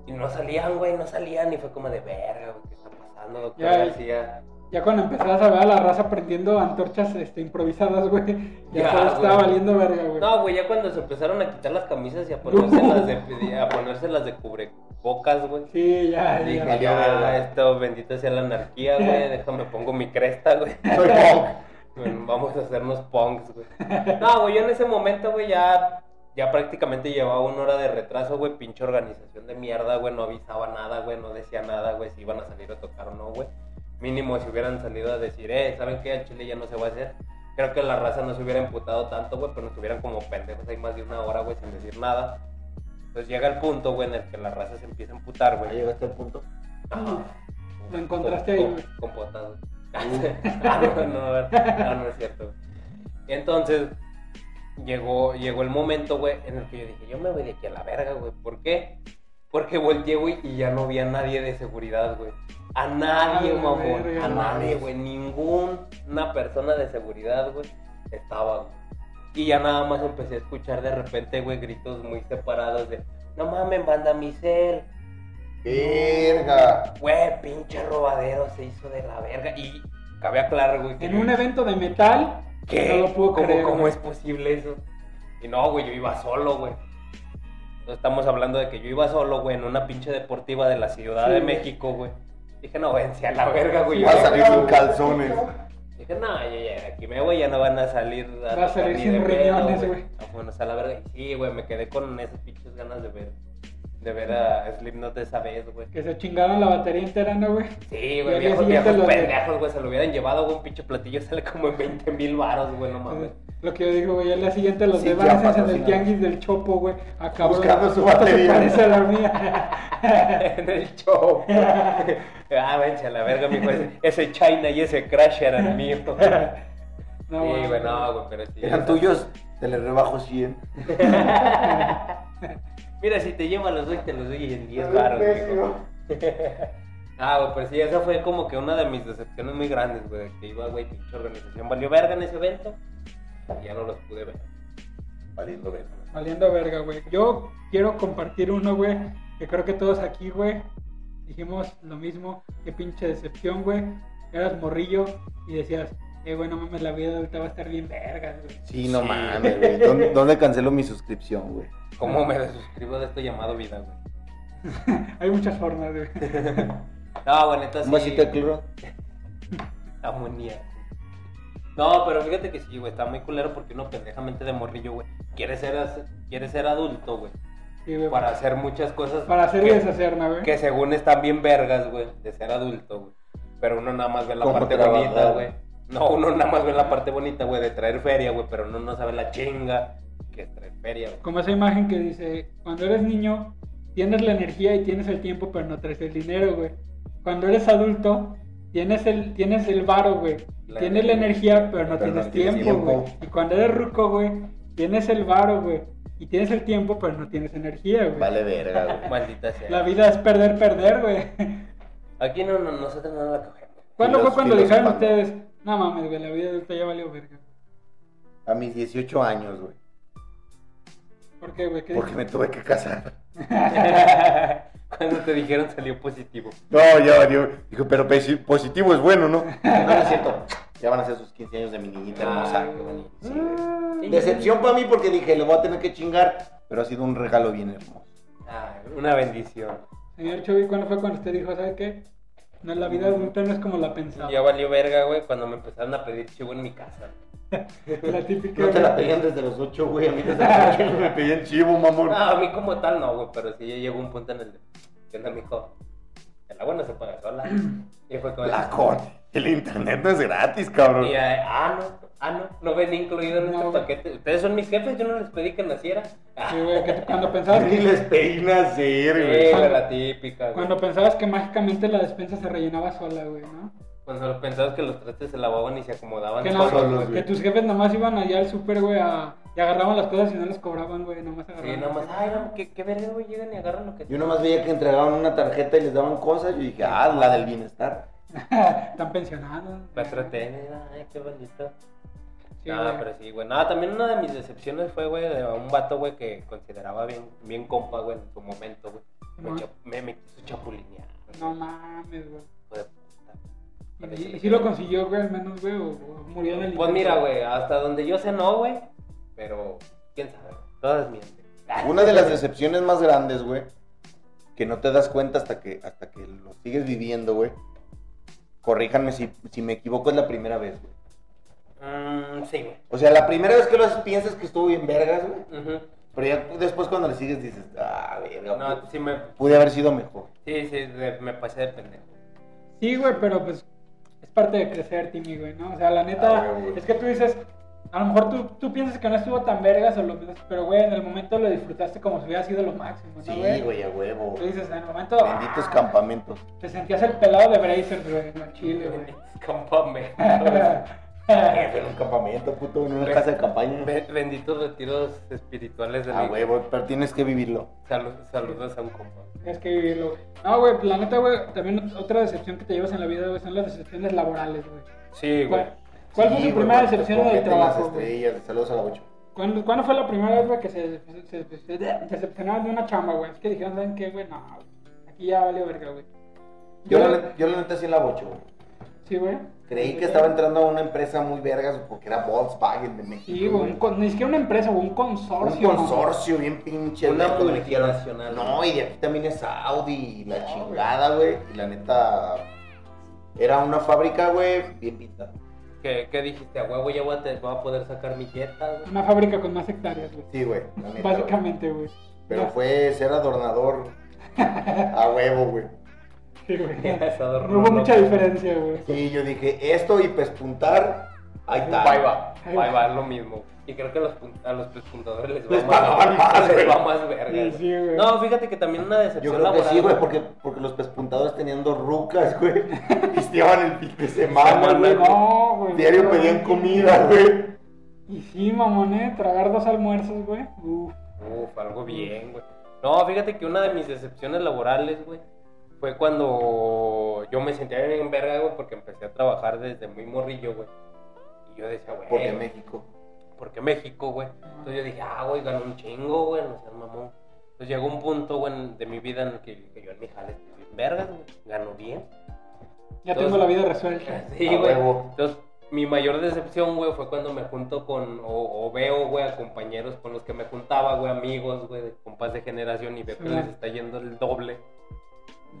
Speaker 3: Y no salían, güey, no salían. Y fue como de verga, güey, ¿qué está pasando, doctor
Speaker 2: Ya,
Speaker 3: García?
Speaker 2: Ya cuando empezabas a ver a la raza prendiendo antorchas este, improvisadas, güey, ya,
Speaker 3: Ya,
Speaker 2: todo estaba
Speaker 3: güey.
Speaker 2: valiendo verga, güey.
Speaker 3: No, güey, ya cuando se empezaron a quitar las camisas y a ponérselas de, a ponérselas de cubrebocas, güey.
Speaker 2: Sí, ya,
Speaker 3: Dije,
Speaker 2: ya.
Speaker 1: valió verga.
Speaker 3: ya, esto bendito sea la anarquía, güey. Déjame pongo mi cresta, güey.
Speaker 1: Soy punk.
Speaker 3: Bueno, vamos a hacernos punks, güey. No, güey, yo en ese momento, güey, ya, ya prácticamente llevaba una hora de retraso, güey. Pinche organización de mierda, güey. No avisaba nada, güey. No decía nada, güey. Si iban a salir a tocar o no, güey. Mínimo si hubieran salido a decir, eh, ¿saben qué? Al Chile ya no se va a hacer. Creo que la raza no se hubiera emputado tanto, güey. Pero nos tuvieran como pendejos ahí más de una hora, güey, sin decir nada. Entonces llega el punto, güey, en el que la raza se empieza a emputar,
Speaker 1: Ya
Speaker 3: güey.
Speaker 1: llegaste al punto.
Speaker 3: Ajá.
Speaker 2: Lo encontraste ahí, güey.
Speaker 3: Con potado. Ah, no, no, no, no es cierto. güey. Entonces, llegó, llegó el momento, güey, en el que yo dije, yo me voy de aquí a la verga, güey. ¿Por qué? Porque volteé, güey, y ya no vi a nadie de seguridad, güey. A nadie,
Speaker 2: Ah, la
Speaker 3: mamón.
Speaker 2: verga.
Speaker 3: A nadie, güey. Ninguna persona de seguridad, güey, estaba, güey. Y ya nada más empecé a escuchar de repente, güey, gritos muy separados de, no mames, banda misel.
Speaker 1: Verga.
Speaker 3: Güey, pinche robadero se hizo de la verga. Y cabe aclarar, güey, que.
Speaker 2: En un evento de metal,
Speaker 3: ¿Qué?
Speaker 2: no lo puedo
Speaker 3: ¿Cómo,
Speaker 2: creer,
Speaker 3: cómo
Speaker 2: güey.
Speaker 3: es posible eso? Y no, güey, yo iba solo, güey. No estamos hablando de que yo iba solo, güey, en una pinche deportiva de la Ciudad
Speaker 2: Sí,
Speaker 3: de
Speaker 2: güey.
Speaker 3: México, güey. Dije, no, vence a la verga, güey.
Speaker 1: Va a
Speaker 3: Yo-
Speaker 1: salir sin calzones.
Speaker 3: Dije, no, ya, ya, de aquí me voy, ya no van a salir. A
Speaker 2: Va a salir
Speaker 3: ni
Speaker 2: sin
Speaker 3: de pedo,
Speaker 2: riñones, güey.
Speaker 3: Vámonos a la verga. Y sí, güey, me quedé con esas pinches ganas de ver. De ver a Slipknot esa vez, güey.
Speaker 2: que se chingaron la batería entera, ¿no, güey?
Speaker 3: Sí,
Speaker 2: Y al
Speaker 3: güey,
Speaker 2: día
Speaker 3: viejos,
Speaker 2: siguiente
Speaker 3: viejos
Speaker 2: lo de-
Speaker 3: pendejos, güey, se lo hubieran llevado, güey, un pinche platillo sale como en 20 mil varos, güey, no mames.
Speaker 2: Lo que yo digo, güey, al día siguiente los
Speaker 1: Sí, ya
Speaker 2: de Vanessa en el
Speaker 1: patrocinado.
Speaker 2: tianguis del Chopo, güey. Acabó.
Speaker 1: Buscando su
Speaker 2: Se
Speaker 1: batería.
Speaker 2: parece a la mía.
Speaker 3: en el show. ah, vence a la verga, mijo, ese, ese China y ese Crash eran míos.
Speaker 2: No,
Speaker 3: sí,
Speaker 2: güey.
Speaker 3: güey, no, güey, pero sí.
Speaker 1: Eran tuyos. Te les rebajo 100.
Speaker 3: Mira, si te lleva los doy, te los doy en 10
Speaker 4: Soy
Speaker 3: varos,
Speaker 4: imbécil.
Speaker 3: mijo. Ah, güey, pero sí, esa fue como que una de mis decepciones muy grandes, güey, que iba, güey, pinche organización valió verga en ese evento y ya no los pude ver.
Speaker 1: Valiendo verga.
Speaker 2: Valiendo verga, güey. Yo quiero compartir uno, güey, que creo que todos aquí, güey, dijimos lo mismo. Qué pinche decepción, güey. Eras morrillo y decías, eh, güey, no mames, la vida ahorita va a estar bien vergas, güey.
Speaker 1: Sí, no
Speaker 3: Sí.
Speaker 1: mames, güey. ¿Dónde, dónde cancelo mi suscripción, güey?
Speaker 2: Ah.
Speaker 3: ¿Cómo me desuscribo de esto llamado vida, güey?
Speaker 2: Hay muchas formas, güey.
Speaker 3: No, bueno, entonces.
Speaker 1: ¿Un vasito de cloro?
Speaker 3: Amoníaco. No, pero fíjate que sí, güey, está muy culero porque uno pendejamente de morrillo, güey, quiere ser, as- quiere ser adulto, güey,
Speaker 2: Sí, güey.
Speaker 3: para hacer muchas cosas.
Speaker 2: Para hacer y
Speaker 3: que,
Speaker 2: deshacer, ¿no, güey?
Speaker 3: que según están bien vergas, güey, de ser adulto, güey. Pero uno nada más ve la
Speaker 1: Como
Speaker 3: parte
Speaker 1: trabajar.
Speaker 3: bonita, güey. No, uno nada más ve la parte bonita, güey, de traer feria, güey, pero uno no sabe la chinga que es traer feria, güey.
Speaker 2: Como esa imagen que dice, cuando eres niño, tienes la energía y tienes el tiempo, pero no traes el dinero, güey. Cuando eres adulto, tienes el, tienes el varo, güey.
Speaker 3: La
Speaker 2: tienes la energía, pero no
Speaker 1: pero
Speaker 2: tienes tiempo, güey.
Speaker 1: tiempo.
Speaker 2: Y cuando eres ruco, güey, tienes el varo, güey. Y tienes el tiempo, pero no tienes energía, güey.
Speaker 1: Vale verga, güey.
Speaker 3: Maldita sea.
Speaker 2: La vida es perder, perder, güey.
Speaker 3: Aquí no, no, nosotros no la cogemos.
Speaker 2: ¿Cuándo fue
Speaker 1: Filos-
Speaker 2: cuando dijeron
Speaker 1: filosofando.
Speaker 2: ustedes? No mames, güey, la vida adulta ya valió verga.
Speaker 1: A mis 18 años, güey.
Speaker 2: ¿Por qué, güey? ¿Qué
Speaker 1: Porque me tuve que casar.
Speaker 3: Cuando te dijeron salió positivo.
Speaker 1: No, ya Dios. Dijo, pero posi- positivo es bueno, ¿no? No, no es cierto. Ya van a ser sus 15 años de mi niñita hermosa.
Speaker 3: Ay, qué bonito.
Speaker 1: Sí, güey. Decepción para mí porque dije, le voy a tener que chingar. Pero ha sido un regalo bien hermoso.
Speaker 2: Ah,
Speaker 3: Ay, una bendición.
Speaker 2: Señor Chovy, ¿cuándo fue cuando usted dijo, ¿sabe qué? No, la vida adulta no es como la pensaba.
Speaker 3: Ya valió verga, güey, cuando me empezaron a pedir chivo en mi casa.
Speaker 2: La típica.
Speaker 1: No te la
Speaker 2: güey.
Speaker 1: pedían desde los 8, güey. A mí desde los Ah. 8 me pedían chivo, mamón.
Speaker 3: No, a mí como tal no, güey, pero sí ya llegó un punto en el de, ¿qué onda, mijo? El agua no se paga sola. Y fue como...
Speaker 1: La con. El internet no es gratis, cabrón.
Speaker 3: Y ya, ah, no, ah, no, no ven incluido en
Speaker 2: No,
Speaker 3: este
Speaker 2: güey.
Speaker 3: paquete. Ustedes son mis jefes, yo no les pedí que naciera. Ah,
Speaker 2: Sí, güey, que cuando pensabas
Speaker 1: Ni
Speaker 2: que,
Speaker 1: les peinas hacer,
Speaker 3: sí,
Speaker 1: güey.
Speaker 3: güey, la típica, güey.
Speaker 2: cuando pensabas que mágicamente la despensa se rellenaba sola, güey, ¿no?
Speaker 3: Cuando pensabas que los trastes se lavaban y se acomodaban
Speaker 2: Que,
Speaker 1: no-
Speaker 2: nada-
Speaker 1: solos, güey.
Speaker 2: que tus jefes nomás iban allá al súper, güey, a- y agarraban las cosas y no les cobraban, güey, nomás agarraban.
Speaker 3: Sí, nada más, ay, no, qué, qué verga, güey, llegan y agarran lo que
Speaker 1: Yo nomás veía que entregaban una tarjeta y les daban cosas. Yo dije, ah, la del bienestar.
Speaker 2: Están pensionados.
Speaker 3: La traté, ay, qué bonito.
Speaker 2: Sí,
Speaker 3: Ah,
Speaker 2: güey.
Speaker 3: pero sí, güey. No, también una de mis decepciones fue, güey, de un vato, güey, que consideraba bien, bien compa, güey, en su momento, güey. Me,
Speaker 2: Ajá.
Speaker 3: cha- me, me quiso chapulinear.
Speaker 2: No mames, güey.
Speaker 3: hijo de puta.
Speaker 2: Y, y sí lo consiguió, güey, al menos, güey, o, o murió en el
Speaker 3: Pues
Speaker 2: intento.
Speaker 3: mira, güey, hasta donde yo sé no, güey. Pero, quién sabe, todas mienten.
Speaker 1: Una de las decepciones más grandes, güey, que no te das cuenta hasta que, hasta que lo sigues viviendo, güey. Corríjanme si, si me equivoco, es la primera vez, güey.
Speaker 3: Mm, sí, güey.
Speaker 1: O sea, la primera vez que lo haces piensas que estuvo bien vergas, güey.
Speaker 3: Ujú.
Speaker 1: Pero ya después cuando le sigues dices, ah, verga, pu-
Speaker 3: No, sí, me,
Speaker 1: pude haber sido mejor.
Speaker 3: sí, sí, de- me pasé de pendejo.
Speaker 2: Sí, güey, pero pues es parte de crecer, Timmy, güey, ¿no? O sea, la
Speaker 1: Ah,
Speaker 2: neta,
Speaker 1: güey, güey.
Speaker 2: es que tú dices, a lo mejor tú, tú piensas que no estuvo tan vergas o lo menos, pero, güey, en el momento lo disfrutaste como si hubiera sido lo máximo, ¿no,
Speaker 1: Sí, güey, a huevo.
Speaker 2: Tú dices, en el momento
Speaker 1: Benditos campamentos.
Speaker 2: te sentías el pelado de Bracer, güey, en Chile, güey.
Speaker 3: Campame.
Speaker 1: Eh, fue en un campamento, puto, en una
Speaker 3: Ve-
Speaker 1: casa de campaña. Ah,
Speaker 3: Benditos retiros espirituales de
Speaker 1: A
Speaker 3: la
Speaker 1: huevo, pero tienes que vivirlo.
Speaker 3: Salu- saludos a un compa.
Speaker 2: Tienes que vivirlo, güey. No, güey, la neta, güey, también otra decepción que te llevas en la vida, güey, son las decepciones laborales, güey.
Speaker 3: Sí, güey.
Speaker 2: ¿Cuál, cuál fue
Speaker 1: Sí,
Speaker 2: tu
Speaker 1: güey,
Speaker 2: primera
Speaker 1: porque
Speaker 2: decepción en el
Speaker 1: cometen las
Speaker 2: trabajo, güey?
Speaker 1: estrellas. Saludos a la bocho.
Speaker 2: ¿Cuándo, cuándo fue la primera vez, güey, que se, se, se- se- decepcionaron de una chamba, güey? Es que dijeron, ¿saben qué, güey? No, güey, aquí ya valió verga, güey.
Speaker 1: Yo, la net- yo la neta sí en la bocho, güey.
Speaker 2: Sí, güey.
Speaker 1: Creí que estaba entrando a una empresa muy vergas porque era Volkswagen de México.
Speaker 2: Sí, güey, un
Speaker 1: güey.
Speaker 2: con- ni siquiera una empresa, güey, un
Speaker 1: Un
Speaker 2: consorcio.
Speaker 1: consorcio bien pinche.
Speaker 3: Una
Speaker 1: neto, me dijeron,
Speaker 3: multinacional.
Speaker 1: No, y de aquí también es Audi y la chingada, güey. Y la neta. Era una fábrica, güey, bien pintada.
Speaker 3: ¿Qué, qué dijiste? A huevo ya voy a, te- voy a poder sacar mi jeta, güey.
Speaker 2: Una fábrica con más hectáreas, güey.
Speaker 1: Sí, güey, la neta. güey.
Speaker 2: Básicamente, güey.
Speaker 1: Pero
Speaker 2: Ya.
Speaker 1: fue ser adornador a huevo, güey.
Speaker 2: Sí, güey.
Speaker 3: Se adornó,
Speaker 2: No hubo
Speaker 3: ¿no?
Speaker 2: mucha diferencia, güey.
Speaker 1: Sí, yo dije, esto y pespuntar, ahí está.
Speaker 3: Ahí va,
Speaker 2: Ahí
Speaker 3: ahí
Speaker 2: va.
Speaker 3: va, es lo mismo. Y creo que a los, pun- a los pespuntadores les va
Speaker 1: Les
Speaker 3: más,
Speaker 1: pagaban más,
Speaker 3: les
Speaker 1: güey.
Speaker 3: va más verga.
Speaker 2: Sí, sí, güey.
Speaker 3: No, fíjate que también una
Speaker 1: Yo
Speaker 3: decepción
Speaker 1: creo que
Speaker 3: laboral.
Speaker 1: sí, güey, porque, porque los pespuntadores tenían dos rucas, güey. Pisteaban el fin de semana, güey.
Speaker 2: No, güey.
Speaker 1: Diario pedían comida, güey.
Speaker 2: Y sí, mamón, eh, tragar dos almuerzos, güey. Uf.
Speaker 3: Uf, algo bien, güey. No, fíjate que una de mis decepciones laborales, güey, fue cuando yo me sentía bien en verga, güey, porque empecé a trabajar desde muy morrillo, güey. Y yo decía, güey,
Speaker 1: Porque México.
Speaker 3: ¿por qué México, güey? Entonces yo dije, ah, güey, ganó un chingo, güey, no seas mamón. Entonces llegó un punto, güey, en- de mi vida en el que, que yo en mi jale, estoy bien verga, güey, ganó bien.
Speaker 2: Ya
Speaker 3: Entonces-
Speaker 2: tengo la vida resuelta.
Speaker 3: Sí,
Speaker 1: A
Speaker 3: güey.
Speaker 1: huevo.
Speaker 3: Entonces, mi mayor decepción, güey, fue cuando me junto con, o, o veo, güey, a compañeros con los que me juntaba, güey, amigos, güey, de compas de generación y veo que
Speaker 2: Sí.
Speaker 3: les está yendo el doble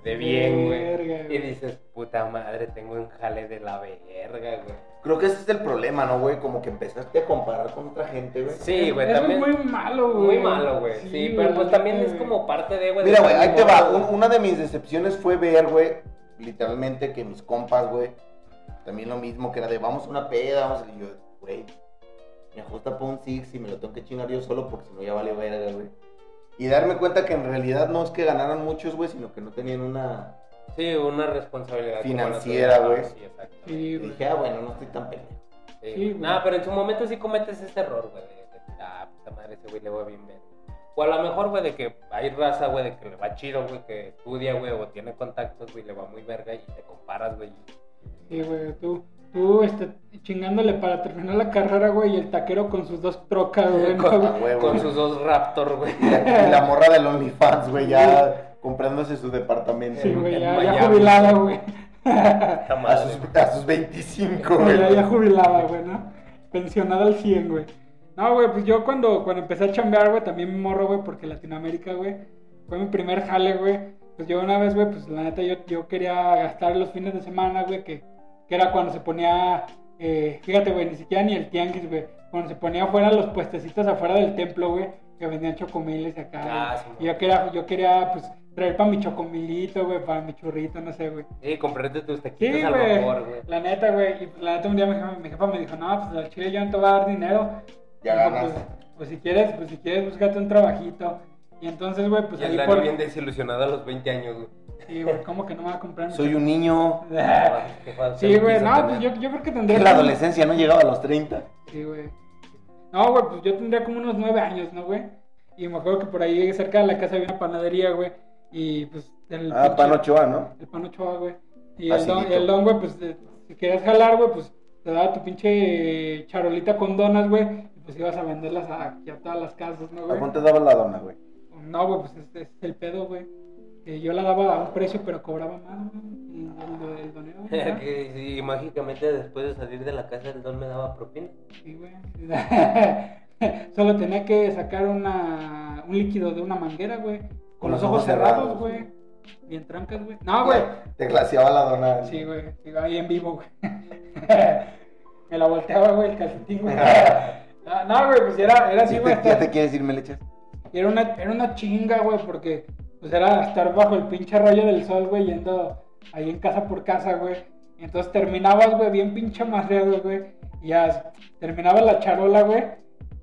Speaker 3: de bien, güey.
Speaker 2: Verga,
Speaker 3: Y dices, puta madre, tengo un jale de la verga, güey.
Speaker 1: Creo que ese es el problema, ¿no, güey? Como que empezaste a comparar con otra gente, güey.
Speaker 3: Sí, güey,
Speaker 2: Eso es
Speaker 3: también.
Speaker 2: muy malo, güey.
Speaker 3: Muy malo, güey. Sí, pero pues también es como parte de, güey.
Speaker 1: Mira,
Speaker 3: de-
Speaker 1: güey, ahí te va. Un- Una de mis decepciones fue ver, güey, literalmente que mis compas, güey, también lo mismo, que era de vamos a una peda, vamos a... Y yo, güey, me ajusta para un six y me lo tengo que chingar yo solo porque si no ya vale verga, güey. Y darme cuenta que en realidad no es que ganaran muchos, güey, sino que no tenían una...
Speaker 3: Sí, una responsabilidad. como la tuya.
Speaker 1: Financiera, güey.
Speaker 3: Sí, exacto.
Speaker 2: Sí,
Speaker 1: Y
Speaker 2: güey.
Speaker 1: dije, ah, bueno, no estoy tan pendejo.
Speaker 3: Sí,
Speaker 2: Sí,
Speaker 3: güey.
Speaker 2: güey.
Speaker 3: Nah, pero en su momento sí cometes ese error, güey. De, de- ah, puta madre, ese güey le va bien bien. O a lo mejor, güey, de que hay raza, güey, de que le va chido, güey, que estudia, güey, o tiene contactos, güey, le va muy verga y te comparas, güey.
Speaker 2: Sí, güey, tú, tú este, chingándole para terminar la carrera, güey, y el taquero con sus dos trocas, güey. ¿no,
Speaker 3: Con-
Speaker 1: A
Speaker 2: güey?
Speaker 1: huevo,
Speaker 3: Con
Speaker 1: güey.
Speaker 3: sus dos Raptor, güey.
Speaker 1: Y la, y la morra del OnlyFans, güey, ya comprándose su departamento.
Speaker 2: Sí,
Speaker 1: güey.
Speaker 2: güey,
Speaker 3: en
Speaker 2: ya, ya
Speaker 3: Miami.
Speaker 2: jubilada, güey.
Speaker 3: Puta
Speaker 1: A
Speaker 3: madre,
Speaker 1: sus, a sus 25, güey.
Speaker 2: ya, ya jubilada, güey, ¿no? Pensionada al 100, güey. No, güey, pues yo cuando, cuando empecé a chambear, güey, también me morro, güey, porque Latinoamérica, güey, fue mi primer jale, güey. Pues yo una vez, güey, pues la neta, yo, yo quería gastar los fines de semana, güey, que, que era cuando se ponía, eh, fíjate, güey, ni siquiera ni el tianguis, güey, cuando se ponía afuera los puestecitos afuera del templo, güey, que vendían chocomiles y acá,
Speaker 3: Ah,
Speaker 2: güey.
Speaker 3: sí,
Speaker 2: Y yo quería, yo quería, pues, traer para mi chocomilito, güey, para mi churrito, no sé, güey.
Speaker 3: Sí, comprarte tus taquitos
Speaker 2: Sí,
Speaker 3: al
Speaker 2: güey.
Speaker 3: vapor, güey.
Speaker 2: La neta, güey. Y pues, la neta, un día mi jefa, mi jefa me dijo, no, pues al chile yo no te voy a dar dinero.
Speaker 1: Ya
Speaker 2: Dijo,
Speaker 1: ganas.
Speaker 2: Pues, pues si quieres, pues si quieres, búscate un trabajito. Y entonces, güey, pues
Speaker 3: Y
Speaker 2: ahí
Speaker 3: el Dani
Speaker 2: por...
Speaker 3: bien desilusionado a los 20 años, güey.
Speaker 2: Sí, güey, ¿cómo que no me va a comprar? mi
Speaker 1: Soy un niño.
Speaker 3: Ah,
Speaker 2: chocolate? Sí, güey, no, pues yo, yo creo que tendría...
Speaker 1: La
Speaker 2: como-
Speaker 1: adolescencia no llegaba a los 30.
Speaker 2: Sí, güey. No, güey, pues yo tendría como unos nueve años, ¿no, güey? Y me acuerdo que por ahí cerca de la casa había una panadería, güey. Y pues... El
Speaker 1: Ah,
Speaker 2: pinche-
Speaker 1: pan Ochoa, ¿no?
Speaker 2: El pan Ochoa, güey. Y el don,
Speaker 1: Facilito.
Speaker 2: y el don, güey, pues eh, si querías jalar, güey, pues te daba tu pinche charolita con donas, güey. Y pues ibas a venderlas a, aquí a todas las casas, ¿no,
Speaker 1: ¿A
Speaker 2: güey?
Speaker 1: cuánto daba la dona, güey?
Speaker 2: No, güey, pues este es el pedo, güey. que yo la daba a un precio, pero cobraba más, güey. Y el, do- el donero, güey, ¿verdad?
Speaker 3: que sí, mágicamente después de salir de la casa el don me daba propina.
Speaker 2: Sí, güey. Solo tenía que sacar una, un líquido de una manguera, güey. Con los ojos cerrados, güey. Bien trancas, güey. No, Ah, güey.
Speaker 1: Te glaciaba la dona.
Speaker 2: Sí, güey. sí, Ahí en vivo, güey. Me la volteaba, güey, el calcetín, güey. Ah, No, güey, pues era, era así,
Speaker 1: ¿Ya
Speaker 2: güey.
Speaker 1: te- ¿Ya
Speaker 2: hasta-
Speaker 1: te quieres ir, me le echas?
Speaker 2: Era una, era una chinga, güey, porque pues era estar bajo el pinche rayo del sol, güey, yendo ahí en casa por casa, güey. Y Entonces terminabas, güey, bien pinche madreado, güey. Y ya terminaba la charola, güey.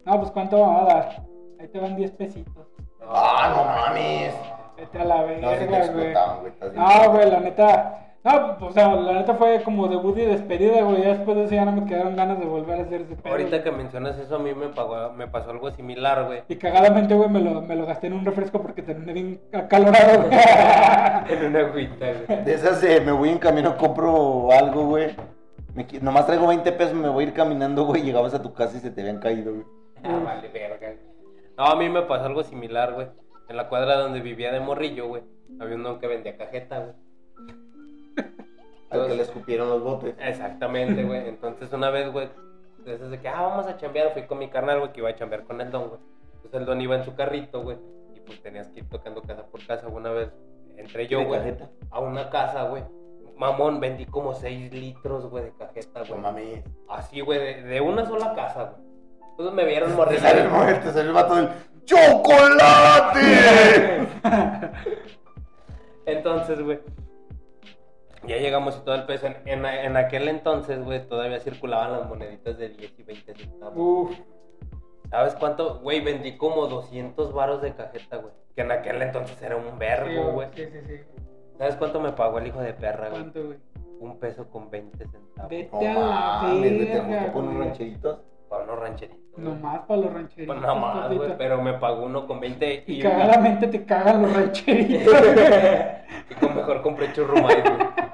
Speaker 2: No, pues cuánto va a dar. Ahí te van 10 pesitos.
Speaker 1: Ah, no mames.
Speaker 2: Vete a la
Speaker 1: No, si te
Speaker 2: verga, güey.
Speaker 1: explotaban, güey. estás bien
Speaker 2: No, Ah, güey, la neta. No, o sea, la neta fue como debut y despedida, güey. Ya después de eso ya no me quedaron ganas de volver a hacer ese pedo.
Speaker 3: Ahorita que mencionas eso, a mí me, pagó- me pasó algo similar, güey.
Speaker 2: Y cagadamente, güey, me lo, me lo gasté en un refresco porque terminé bien acalorado, güey.
Speaker 3: En una agüita, güey.
Speaker 1: De esas, eh, me voy en camino, compro algo, güey. Me qui- nomás traigo 20 pesos, me voy a ir caminando, güey. Llegabas a tu casa y se te habían caído, güey.
Speaker 3: Ah, vale, verga. No, a mí me pasó algo similar, güey. En la cuadra donde vivía de morrillo, güey. Había un don que vendía cajeta, güey.
Speaker 1: Al que le escupieron los botes.
Speaker 3: Eh, Exactamente, güey. Entonces una vez, güey, entonces de que, ah, vamos a chambear, fui con mi carnal, güey, que iba a chambear con el don, güey. Entonces el don iba en su carrito, güey, y pues tenías que ir tocando casa por casa. Una vez entré yo,
Speaker 1: De
Speaker 3: güey,
Speaker 1: cajeta.
Speaker 3: a una casa, güey. Mamón, vendí como 6 litros, güey, de cajeta,
Speaker 1: No
Speaker 3: güey.
Speaker 1: mames.
Speaker 3: Así, güey, de, de una sola casa, güey. Entonces me vieron
Speaker 1: Te
Speaker 3: morrillo.
Speaker 1: sale el mo- te sale el vato del ¡Chocolate!
Speaker 3: Entonces, güey. Ya llegamos y todo el peso. En, en- en aquel entonces, güey, todavía circulaban las moneditas de 10 y 20 centavos.
Speaker 2: Uf,
Speaker 3: ¿Sabes cuánto? Güey, vendí como 200 varos de cajeta, güey. Que en aquel entonces era un vergo, güey.
Speaker 2: sí, sí, sí.
Speaker 3: ¿Sabes cuánto me pagó el hijo de perra, güey?
Speaker 2: ¿Cuánto, güey?
Speaker 3: Un peso con 20 centavos.
Speaker 2: Ve-
Speaker 1: No
Speaker 2: Vete a la
Speaker 1: mames, güey, te
Speaker 2: verga,
Speaker 1: juntó con unos
Speaker 2: güey.
Speaker 1: rancheritos.
Speaker 3: Para unos rancheritos. güey.
Speaker 2: Nomás para los rancheritos.
Speaker 3: Pues nada más,
Speaker 2: papito.
Speaker 3: güey. Pero me pagó uno con 20
Speaker 2: Y
Speaker 3: y,
Speaker 2: cagadamente te cagan los rancheritos. güey.
Speaker 3: y con mejor compré churrumay, güey.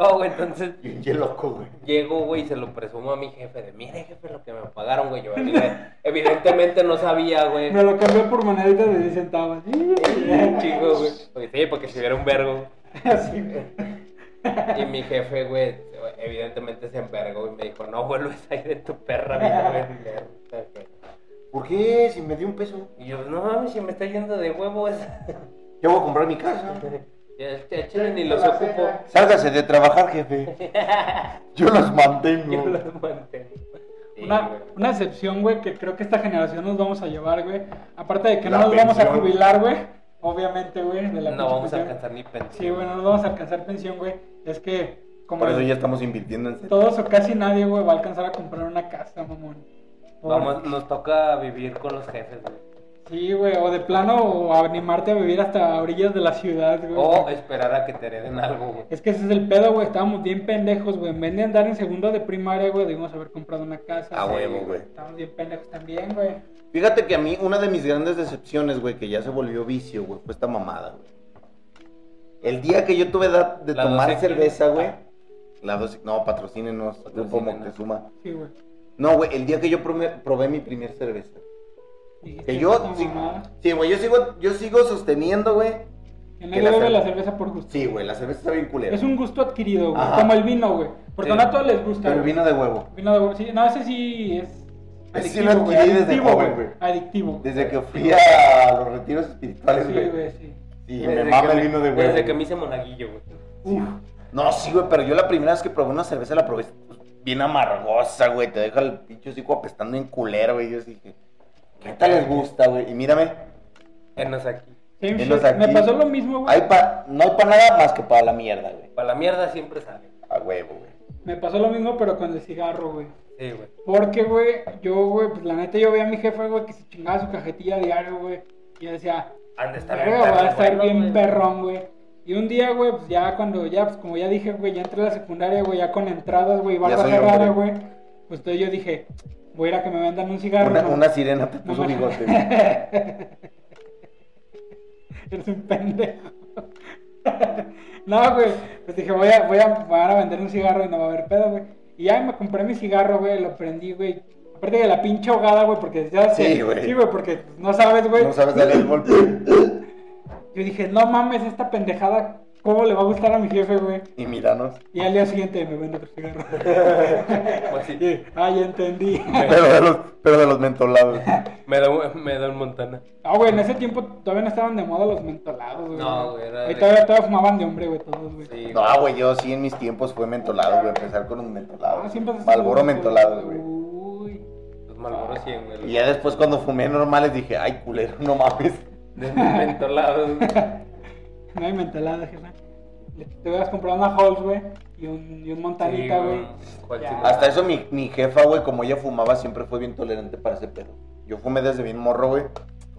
Speaker 3: Oh, güey, entonces
Speaker 1: Y un loco, güey.
Speaker 3: Llego, güey, y se lo presumo a mi jefe de, mire, jefe, lo que me pagaron, güey. Yo evide- evidentemente no sabía, güey.
Speaker 2: Me lo cambió por moneditas de 10 centavos.
Speaker 3: Chico, güey. Porque sí, porque si hubiera un vergo.
Speaker 2: Así, güey.
Speaker 3: Y mi jefe, güey, evidentemente se envergó y me dijo, no vuelves a ir de tu perra, mi joven".
Speaker 1: ¿Por qué? Si me dio un peso.
Speaker 3: Y yo, no mames, si me está yendo de huevos.
Speaker 1: Yo voy a comprar mi casa.
Speaker 3: Y el ch- chile ni los ocupo.
Speaker 1: Sálgase de trabajar, jefe. Yo los
Speaker 3: Yo
Speaker 1: mantengo.
Speaker 3: los mantengo. Sí,
Speaker 2: Una,
Speaker 3: güey.
Speaker 2: una excepción, güey, que creo que esta generación nos vamos a llevar, güey. Aparte de que
Speaker 1: La
Speaker 2: no nos vamos a
Speaker 1: pensión.
Speaker 2: jubilar, güey. Obviamente, güey, de la
Speaker 3: No
Speaker 2: pinche
Speaker 3: vamos a
Speaker 2: pensión.
Speaker 3: alcanzar ni pensión.
Speaker 2: Sí, güey, no nos vamos a alcanzar pensión, güey. Es que, como
Speaker 1: Por eso ya estamos invirtiendo en...
Speaker 2: todos o casi nadie, güey, va a alcanzar a comprar una casa, mamón. Por-
Speaker 3: Vamos, nos toca vivir con los jefes, güey.
Speaker 2: Sí, güey, o de plano o animarte a vivir hasta orillas de la ciudad, güey.
Speaker 3: O esperar a que te hereden algo, güey.
Speaker 2: Es que ese es el pedo, güey, estábamos bien pendejos, güey. En vez de andar en segundo de primaria, güey, debimos haber comprado una casa.
Speaker 1: A
Speaker 2: Sí,
Speaker 1: huevo, güey.
Speaker 2: Estábamos bien pendejos también, güey.
Speaker 1: Fíjate que a mí una de mis grandes decepciones, güey, que ya se volvió vicio, güey, fue esta mamada, güey. El día que yo tuve edad de
Speaker 3: La
Speaker 1: tomar
Speaker 3: 12.
Speaker 1: cerveza, güey. La dosis, no, patrocínenos, Grupo
Speaker 3: Ah. Patrocínenos.
Speaker 1: Moctezuma.
Speaker 2: Sí, güey.
Speaker 1: No, güey, el día que yo probé, probé mi primer cerveza.
Speaker 2: Dijiste,
Speaker 1: Que yo,
Speaker 2: "Esta
Speaker 1: sí,
Speaker 2: mamada".
Speaker 1: sí, güey, yo sigo, yo sigo sosteniendo, güey.
Speaker 2: Que
Speaker 1: que la
Speaker 2: nadie bebe
Speaker 1: cerve-
Speaker 2: la cerveza por gusto.
Speaker 1: Sí, güey, la cerveza está bien culera.
Speaker 2: Es un gusto adquirido, güey.
Speaker 1: Ajá.
Speaker 2: Como el vino, güey. Porque
Speaker 3: Sí.
Speaker 2: no a todos les gusta.
Speaker 1: Pero el
Speaker 2: güey.
Speaker 1: vino de huevo.
Speaker 2: Vino de huevo, sí. No, ese sí es.
Speaker 1: Ese sí lo adquirí desde joven, güey.
Speaker 2: Adictivo. güey.
Speaker 1: Desde que fui a los retiros espirituales,
Speaker 2: Sí,
Speaker 1: güey.
Speaker 2: güey, sí.
Speaker 1: Sí,
Speaker 3: Desde
Speaker 1: me mama
Speaker 3: que
Speaker 1: el
Speaker 3: me-
Speaker 1: vino de huevo.
Speaker 3: Desde que me hice monaguillo, güey.
Speaker 2: Uf.
Speaker 1: No, sí, güey, pero yo la primera vez que probé una cerveza la probé bien amargosa, güey. Te deja el pinche hocico apestando en culero, güey. Yo sí dije, ¿qué tal les gusta, güey? Y mírame,
Speaker 3: Enos aquí.
Speaker 2: Same
Speaker 1: Y
Speaker 2: shit.
Speaker 1: los aquí-
Speaker 2: Me pasó lo mismo, güey.
Speaker 1: hay pa- no hay para nada más que para la mierda, güey.
Speaker 3: Para la mierda siempre sale.
Speaker 1: A huevo, güey.
Speaker 2: Me pasó lo mismo, pero con el cigarro, güey.
Speaker 3: Sí, güey.
Speaker 2: Porque, güey, yo, güey, pues la neta yo veía a mi jefe, güey, que se chingaba su cajetilla diario, güey. Y yo decía,
Speaker 3: Han de estar
Speaker 2: verga,
Speaker 3: bien
Speaker 2: voy a
Speaker 3: perro,
Speaker 2: estar
Speaker 3: bueno,
Speaker 2: bien
Speaker 3: güey.
Speaker 2: perrón, güey. Y un día, güey, pues ya cuando, ya, pues como ya dije, güey, ya entré a la secundaria, güey, ya con entradas, güey, barra
Speaker 1: soy
Speaker 2: cerrada,
Speaker 1: hombre.
Speaker 2: güey. Pues entonces yo dije, voy a ir a que me vendan un cigarro.
Speaker 1: Una,
Speaker 2: güey.
Speaker 1: una sirena te
Speaker 2: No
Speaker 1: puso
Speaker 2: me-
Speaker 1: bigote, güey.
Speaker 2: Eres un pendejo. no, güey. Pues dije, voy a, voy, a, van a vender un cigarro y no va a haber pedo, güey. Y ya me compré mi cigarro, güey. Lo prendí, güey. Aparte de la pinche ahogada, güey, porque ya
Speaker 1: Sí,
Speaker 2: sé.
Speaker 1: güey.
Speaker 2: Sí, güey, porque no sabes, güey.
Speaker 1: No sabes darle el golpe.
Speaker 2: Yo dije, no mames, esta pendejada, ¿cómo le va a gustar a mi jefe, güey?
Speaker 1: Y míranos.
Speaker 2: Y al día siguiente me vende otro cigarro.
Speaker 3: Pues sí,
Speaker 2: Y, ah, ya entendí.
Speaker 1: Pero de los, pero de los mentolados.
Speaker 3: me da, un- me da un Montana.
Speaker 2: Ah, güey, en ese tiempo todavía no estaban de moda los mentolados, güey.
Speaker 3: No, güey, era
Speaker 2: Ahí
Speaker 3: de-
Speaker 2: todavía, todavía fumaban de hombre, güey, todos, güey.
Speaker 3: Sí,
Speaker 1: No, güey, yo sí en mis tiempos fue mentolado, güey. Empezar con un mentolado.
Speaker 2: Ah, siempre se-
Speaker 1: Malboro mentolado, güey.
Speaker 2: Uy.
Speaker 3: Los Malboros 100, güey.
Speaker 1: Y ya después cuando fumé normales dije, ay, culero, no mames.
Speaker 3: De mentolados. güey.
Speaker 2: No hay mentolada, jefa. Le- Te hubieras comprado una Halls, güey, y un, y un
Speaker 3: Sí,
Speaker 2: Montanita, güey.
Speaker 3: ¿Cuál
Speaker 2: Ya.
Speaker 3: sí me-
Speaker 1: Hasta eso mi, mi jefa, güey, como ella fumaba, siempre fue bien tolerante para ese pedo. Yo fumé desde bien morro, güey.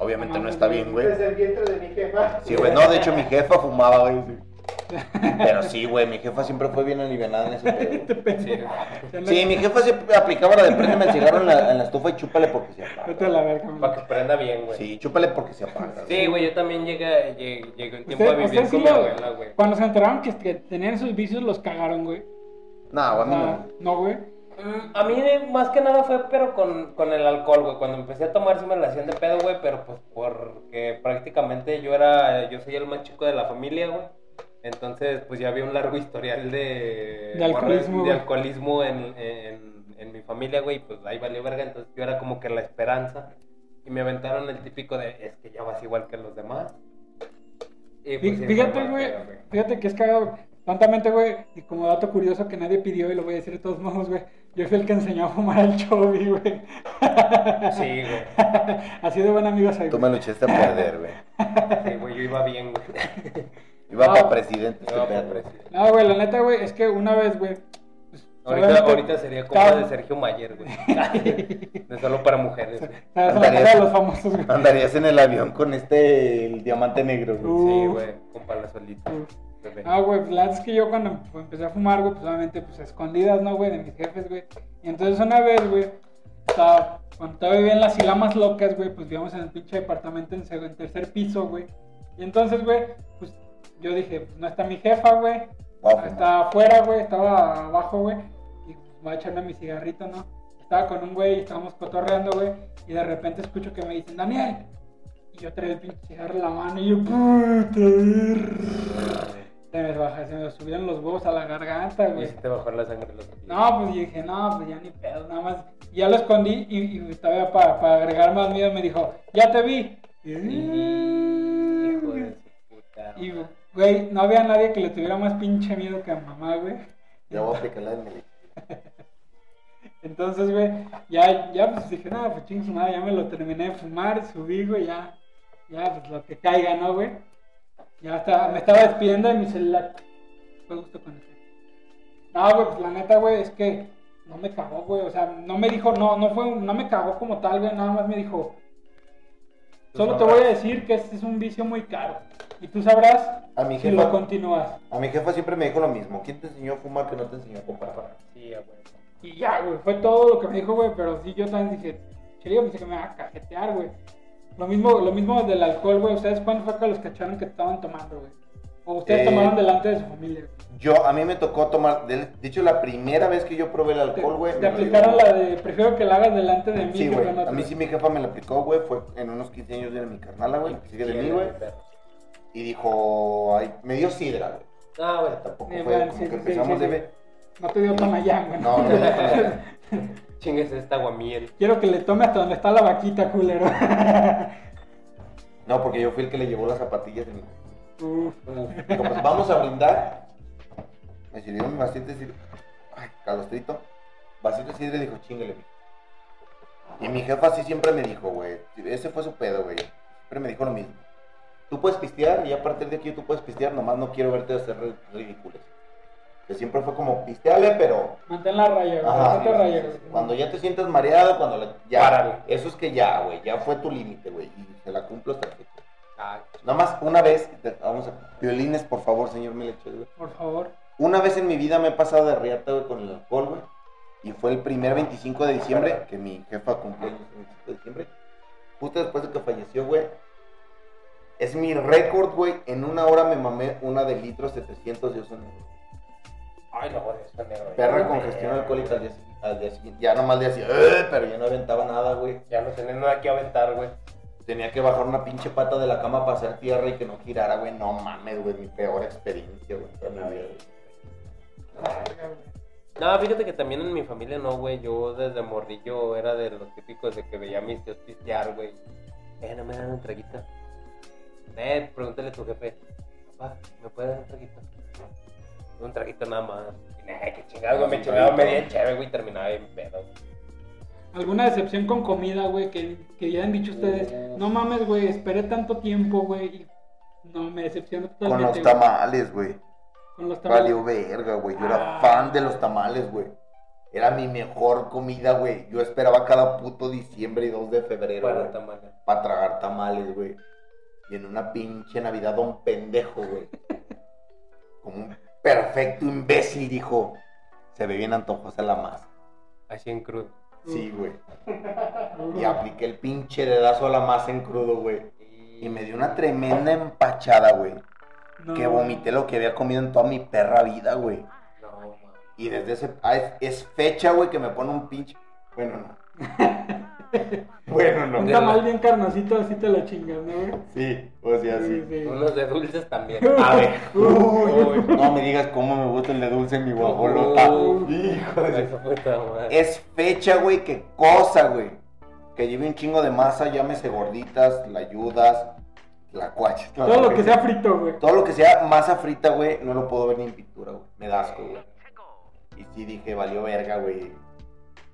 Speaker 1: Obviamente no está bien, güey.
Speaker 4: Desde el vientre de mi jefa.
Speaker 1: Sí, güey, no, de hecho mi jefa fumaba, güey. sí. Pero sí, güey, mi jefa siempre fue bien alivianada en ese pedo.
Speaker 2: Este
Speaker 3: Sí,
Speaker 2: pendejo.
Speaker 3: güey.
Speaker 2: Ya no-
Speaker 1: Sí, mi jefa siempre aplicaba la de préndeme el cigarro en la, en la estufa y chúpale porque se
Speaker 2: Vete a
Speaker 1: apaga.
Speaker 2: la verga,
Speaker 3: Para
Speaker 2: güey.
Speaker 3: que prenda bien, güey.
Speaker 1: Sí, chúpale porque se apaga.
Speaker 3: Sí, güey, yo también llegué, llegué, llegué un tiempo a
Speaker 2: Usted-
Speaker 3: vivir
Speaker 2: usted sí
Speaker 3: con mi
Speaker 2: lo-
Speaker 3: abuela, güey.
Speaker 2: Cuando se enteraron que, que tenían esos vicios, los cagaron, güey.
Speaker 1: No, güey, a mí
Speaker 2: Ah,
Speaker 1: no.
Speaker 2: No, güey.
Speaker 3: Mm, A mí eh, más que nada fue, pero con, con el alcohol, güey. Cuando empecé a tomar sí me la hacían de pedo, güey, pero pues porque prácticamente yo era, yo soy el más chico de la familia, güey. Entonces, pues ya había un largo historial de...
Speaker 2: De alcoholismo,
Speaker 3: de
Speaker 2: güey.
Speaker 3: alcoholismo en, en- en mi familia, güey. Pues ahí valió verga, entonces yo era como que la esperanza. Y me aventaron el típico de, es que ya vas igual que los demás. Y,
Speaker 2: Fí-
Speaker 3: pues, sí, fue
Speaker 2: Fíjate,
Speaker 3: mal
Speaker 2: güey.
Speaker 3: pedo, güey.
Speaker 2: Fíjate que es cagado. Tantamente, güey. Y como dato curioso que nadie pidió, y lo voy a decir de todos modos, güey. Yo fui el que enseñó a fumar al Chobi, güey.
Speaker 3: Sí, güey.
Speaker 2: Así de buen amigo soy.
Speaker 1: Tú
Speaker 2: güey.
Speaker 1: me lo echaste a perder, güey.
Speaker 3: Sí, güey, yo iba bien, güey.
Speaker 1: Iba
Speaker 2: No.
Speaker 1: para presidente este
Speaker 2: Ah,
Speaker 3: Iba por
Speaker 2: pues,
Speaker 1: pedo.
Speaker 3: presidente.
Speaker 2: No, güey, la neta, güey, es que una vez, güey. pues,
Speaker 3: Ahorita,
Speaker 2: obviamente,
Speaker 3: ahorita sería como
Speaker 2: estaba-
Speaker 3: de Sergio Mayer, güey. De solo para mujeres, güey.
Speaker 2: estabas en la
Speaker 1: Andarías-
Speaker 2: casa de los famosos, güey.
Speaker 1: Andarías en el avión con este, el diamante negro,
Speaker 2: Uh.
Speaker 1: güey.
Speaker 3: Sí,
Speaker 2: Uf.
Speaker 3: güey, con palazuelitos. bebé.
Speaker 2: Ah, güey, pues la neta es que yo cuando em- empecé a fumar, güey, pues obviamente, pues a escondidas, ¿no, güey? De mis jefes, güey. Y entonces una vez, güey, estaba, cuando estaba viviendo en las ilamas locas, güey, pues vivíamos en el pinche departamento en, seg- en tercer piso, güey. Y entonces, güey, pues yo dije, pues no está mi jefa, güey.
Speaker 1: Voy a fumar.
Speaker 2: Estaba afuera, güey, estaba abajo, güey. Y pues, voy a echarme mi cigarrito, ¿no? Estaba con un güey, estábamos cotorreando, güey. Y de repente escucho que me dicen, Daniel. Y yo traigo el pinche cigarro en la mano y yo, puta verga". Se me baja, se me subieron los huevos a la garganta,
Speaker 3: Y
Speaker 2: güey.
Speaker 3: si te bajó la sangre los ojos.
Speaker 2: No, pues yo dije, no, pues ya ni pedo, nada más. Y ya lo escondí y, y todavía para, para agregar más miedo me dijo, ya te vi. Y- "Mm".
Speaker 3: Hijo de su puta.
Speaker 2: Y, güey, no había nadie que le tuviera más pinche miedo que a mamá, güey.
Speaker 1: Ya voy a aplicar la de Meli.
Speaker 2: Entonces, güey, ya, ya pues dije, nada, pues chingos, madre, ya me lo terminé de fumar, subí, güey, ya, ya, pues lo que caiga, ¿no, güey? Ya estaba, me estaba despidiendo de mi celular. Fue gusto conocer. No, güey, pues la neta, güey, es que no me cagó, güey, o sea, no me dijo, no, no fue, un- no me cagó como tal, güey, nada más me dijo, solo te voy a decir que este es un vicio muy caro y tú sabrás
Speaker 1: A mi
Speaker 2: si lo
Speaker 1: jefa,
Speaker 2: continúas.
Speaker 1: a mi jefa siempre me dijo lo mismo. ¿Quién te enseñó a fumar que no te enseñó a comprar?
Speaker 3: Sí, a huevo.
Speaker 2: Y ya, güey, fue todo lo que me dijo, güey, pero sí, yo también dije, yo pensé que me iba a cajetear, güey. Lo mismo, lo mismo del alcohol, güey, ¿ustedes cuándo fue que los cacharon que estaban tomando, güey? O ustedes
Speaker 1: Eh,
Speaker 2: tomaron delante de su familia, güey.
Speaker 1: Yo, a mí me tocó tomar, de, de hecho la primera vez que yo probé el
Speaker 2: Te,
Speaker 1: alcohol, güey.
Speaker 2: te
Speaker 1: me lo dio-
Speaker 2: aplicaron la de, prefiero que la hagas delante de mí
Speaker 1: Sí,
Speaker 2: que
Speaker 1: güey.
Speaker 2: con otro".
Speaker 1: A mí sí mi jefa me la aplicó, güey. Fue en unos 15 años de mi carnala,
Speaker 2: Ah,
Speaker 1: güey. que Sigue de mí, güey. Y dijo, ay, me dio sidra, güey.
Speaker 3: Ah, güey.
Speaker 1: Tampoco fue
Speaker 2: Eh, bueno,
Speaker 1: como
Speaker 2: sí,
Speaker 1: que
Speaker 2: sí, sí,
Speaker 1: empezamos
Speaker 2: sí,
Speaker 1: de
Speaker 2: sí. No te dio Tonayán, güey.
Speaker 1: No, no, no, no.
Speaker 3: Chingues esta guamiel.
Speaker 2: Quiero que le tome hasta donde está la vaquita, culero.
Speaker 1: No, porque yo fui el que le llevó las zapatillas de mi
Speaker 2: Uf.
Speaker 1: Digo, pues vamos a brindar. Me sirvió mi vasito de sidra. Ay, calostrito. Vasito de sidra y dijo, chingale. Y mi jefa así siempre me dijo, güey. Ese fue su pedo, güey. Siempre me dijo lo mismo. Tú puedes pistear y a partir de aquí tú puedes pistear. Nomás no quiero verte hacer ri- ridículos. Que siempre fue como, pisteale, pero...
Speaker 2: Mantén la raya, güey.
Speaker 1: Ajá,
Speaker 2: no te
Speaker 1: sí,
Speaker 2: rayes,
Speaker 1: sí, sí.
Speaker 2: güey.
Speaker 1: Cuando ya te sientas mareado, cuando la- ya...
Speaker 3: Párale.
Speaker 1: Eso es que ya, güey. Ya fue tu límite, güey. Y se la cumplo hasta que...
Speaker 3: Ah,
Speaker 1: Nada más una vez, te- vamos a... Violines, por favor, señor Melecho, güey.
Speaker 2: Por favor.
Speaker 1: Una vez en mi vida me he pasado de riata, güey, con el alcohol, güey. Y fue el primer 25 de diciembre, que mi jefa cumplió el 25 de diciembre. Justo después de que falleció, güey. Es mi récord, güey. En una hora me mamé una de litros 700 de oso negro.
Speaker 3: Ay, no, güey, está negro. eh.
Speaker 1: Perra con gestión alcohólica al día, al día siguiente. Ya nomás le hacía, "Eh", pero ya no aventaba nada, güey.
Speaker 3: Ya no tenés nada que aventar, güey.
Speaker 1: Sí, tenía que bajar una pinche pata de la cama para hacer tierra y que no girara, güey. No mames, güey. Mi peor experiencia, güey. en mi vida.
Speaker 3: No, fíjate que también en mi familia no, güey. Yo desde morrillo era de los típicos de que veía a mis tíos pistear, güey. Eh, no me dan un traguito. Ve, pregúntale a tu jefe. Papá, ¿me puede dar un traguito? Un traguito nada más. Y nah, qué chingado, güey. Me chingaba media chévere, güey. y Terminaba bien pedo, güey.
Speaker 2: ¿Alguna decepción con comida, güey? Que, que ya han dicho ustedes. No mames, güey, esperé tanto tiempo, güey. y No, me decepcionó
Speaker 1: Con
Speaker 2: totalmente.
Speaker 1: los
Speaker 2: güey.
Speaker 1: tamales, güey.
Speaker 2: Con los tamales.
Speaker 1: Valió verga, güey. Yo
Speaker 2: Ah.
Speaker 1: era fan de los tamales, güey. Era mi mejor comida, güey. Yo esperaba cada puto diciembre y 2 de febrero,
Speaker 3: Para
Speaker 1: güey.
Speaker 3: tamales.
Speaker 1: para tragar tamales, güey. Y en una pinche Navidad un pendejo, güey. Como un perfecto imbécil dijo, se ve bien antojosa la masa.
Speaker 3: Así en crudo.
Speaker 2: Mm.
Speaker 1: Sí, güey.
Speaker 2: Uy,
Speaker 1: Y apliqué el pinche dedazo a la masa en crudo, güey. Y me dio una tremenda empachada, güey.
Speaker 2: no.
Speaker 1: Que vomité lo que había comido en toda mi perra vida, güey.
Speaker 3: No, mames.
Speaker 1: Y desde ese... ah, es, es fecha, güey, que me pone un pinche... Bueno, no. bueno,
Speaker 2: Un
Speaker 1: no.
Speaker 2: tamal bien carnosito, así te lo chingas, ¿no, güey?
Speaker 1: Sí, o sea, sí.
Speaker 2: Sí, sí.
Speaker 3: Unos de dulces también.
Speaker 1: A ver.
Speaker 3: Uy.
Speaker 1: No me digas cómo me gusta el de dulce mi guajolota.
Speaker 3: Uy.
Speaker 1: Hijo de su-
Speaker 3: Eso fue tan mal.
Speaker 1: Es fecha, güey, qué cosa, güey. Que lleve un chingo de masa, llámese gorditas, la ayudas, la cuacha.
Speaker 2: Todo lo que sea frito, güey.
Speaker 1: Todo lo que sea masa frita, güey, no lo puedo ver ni en pintura, güey. Me da asco, güey. Y sí dije, valió verga, güey.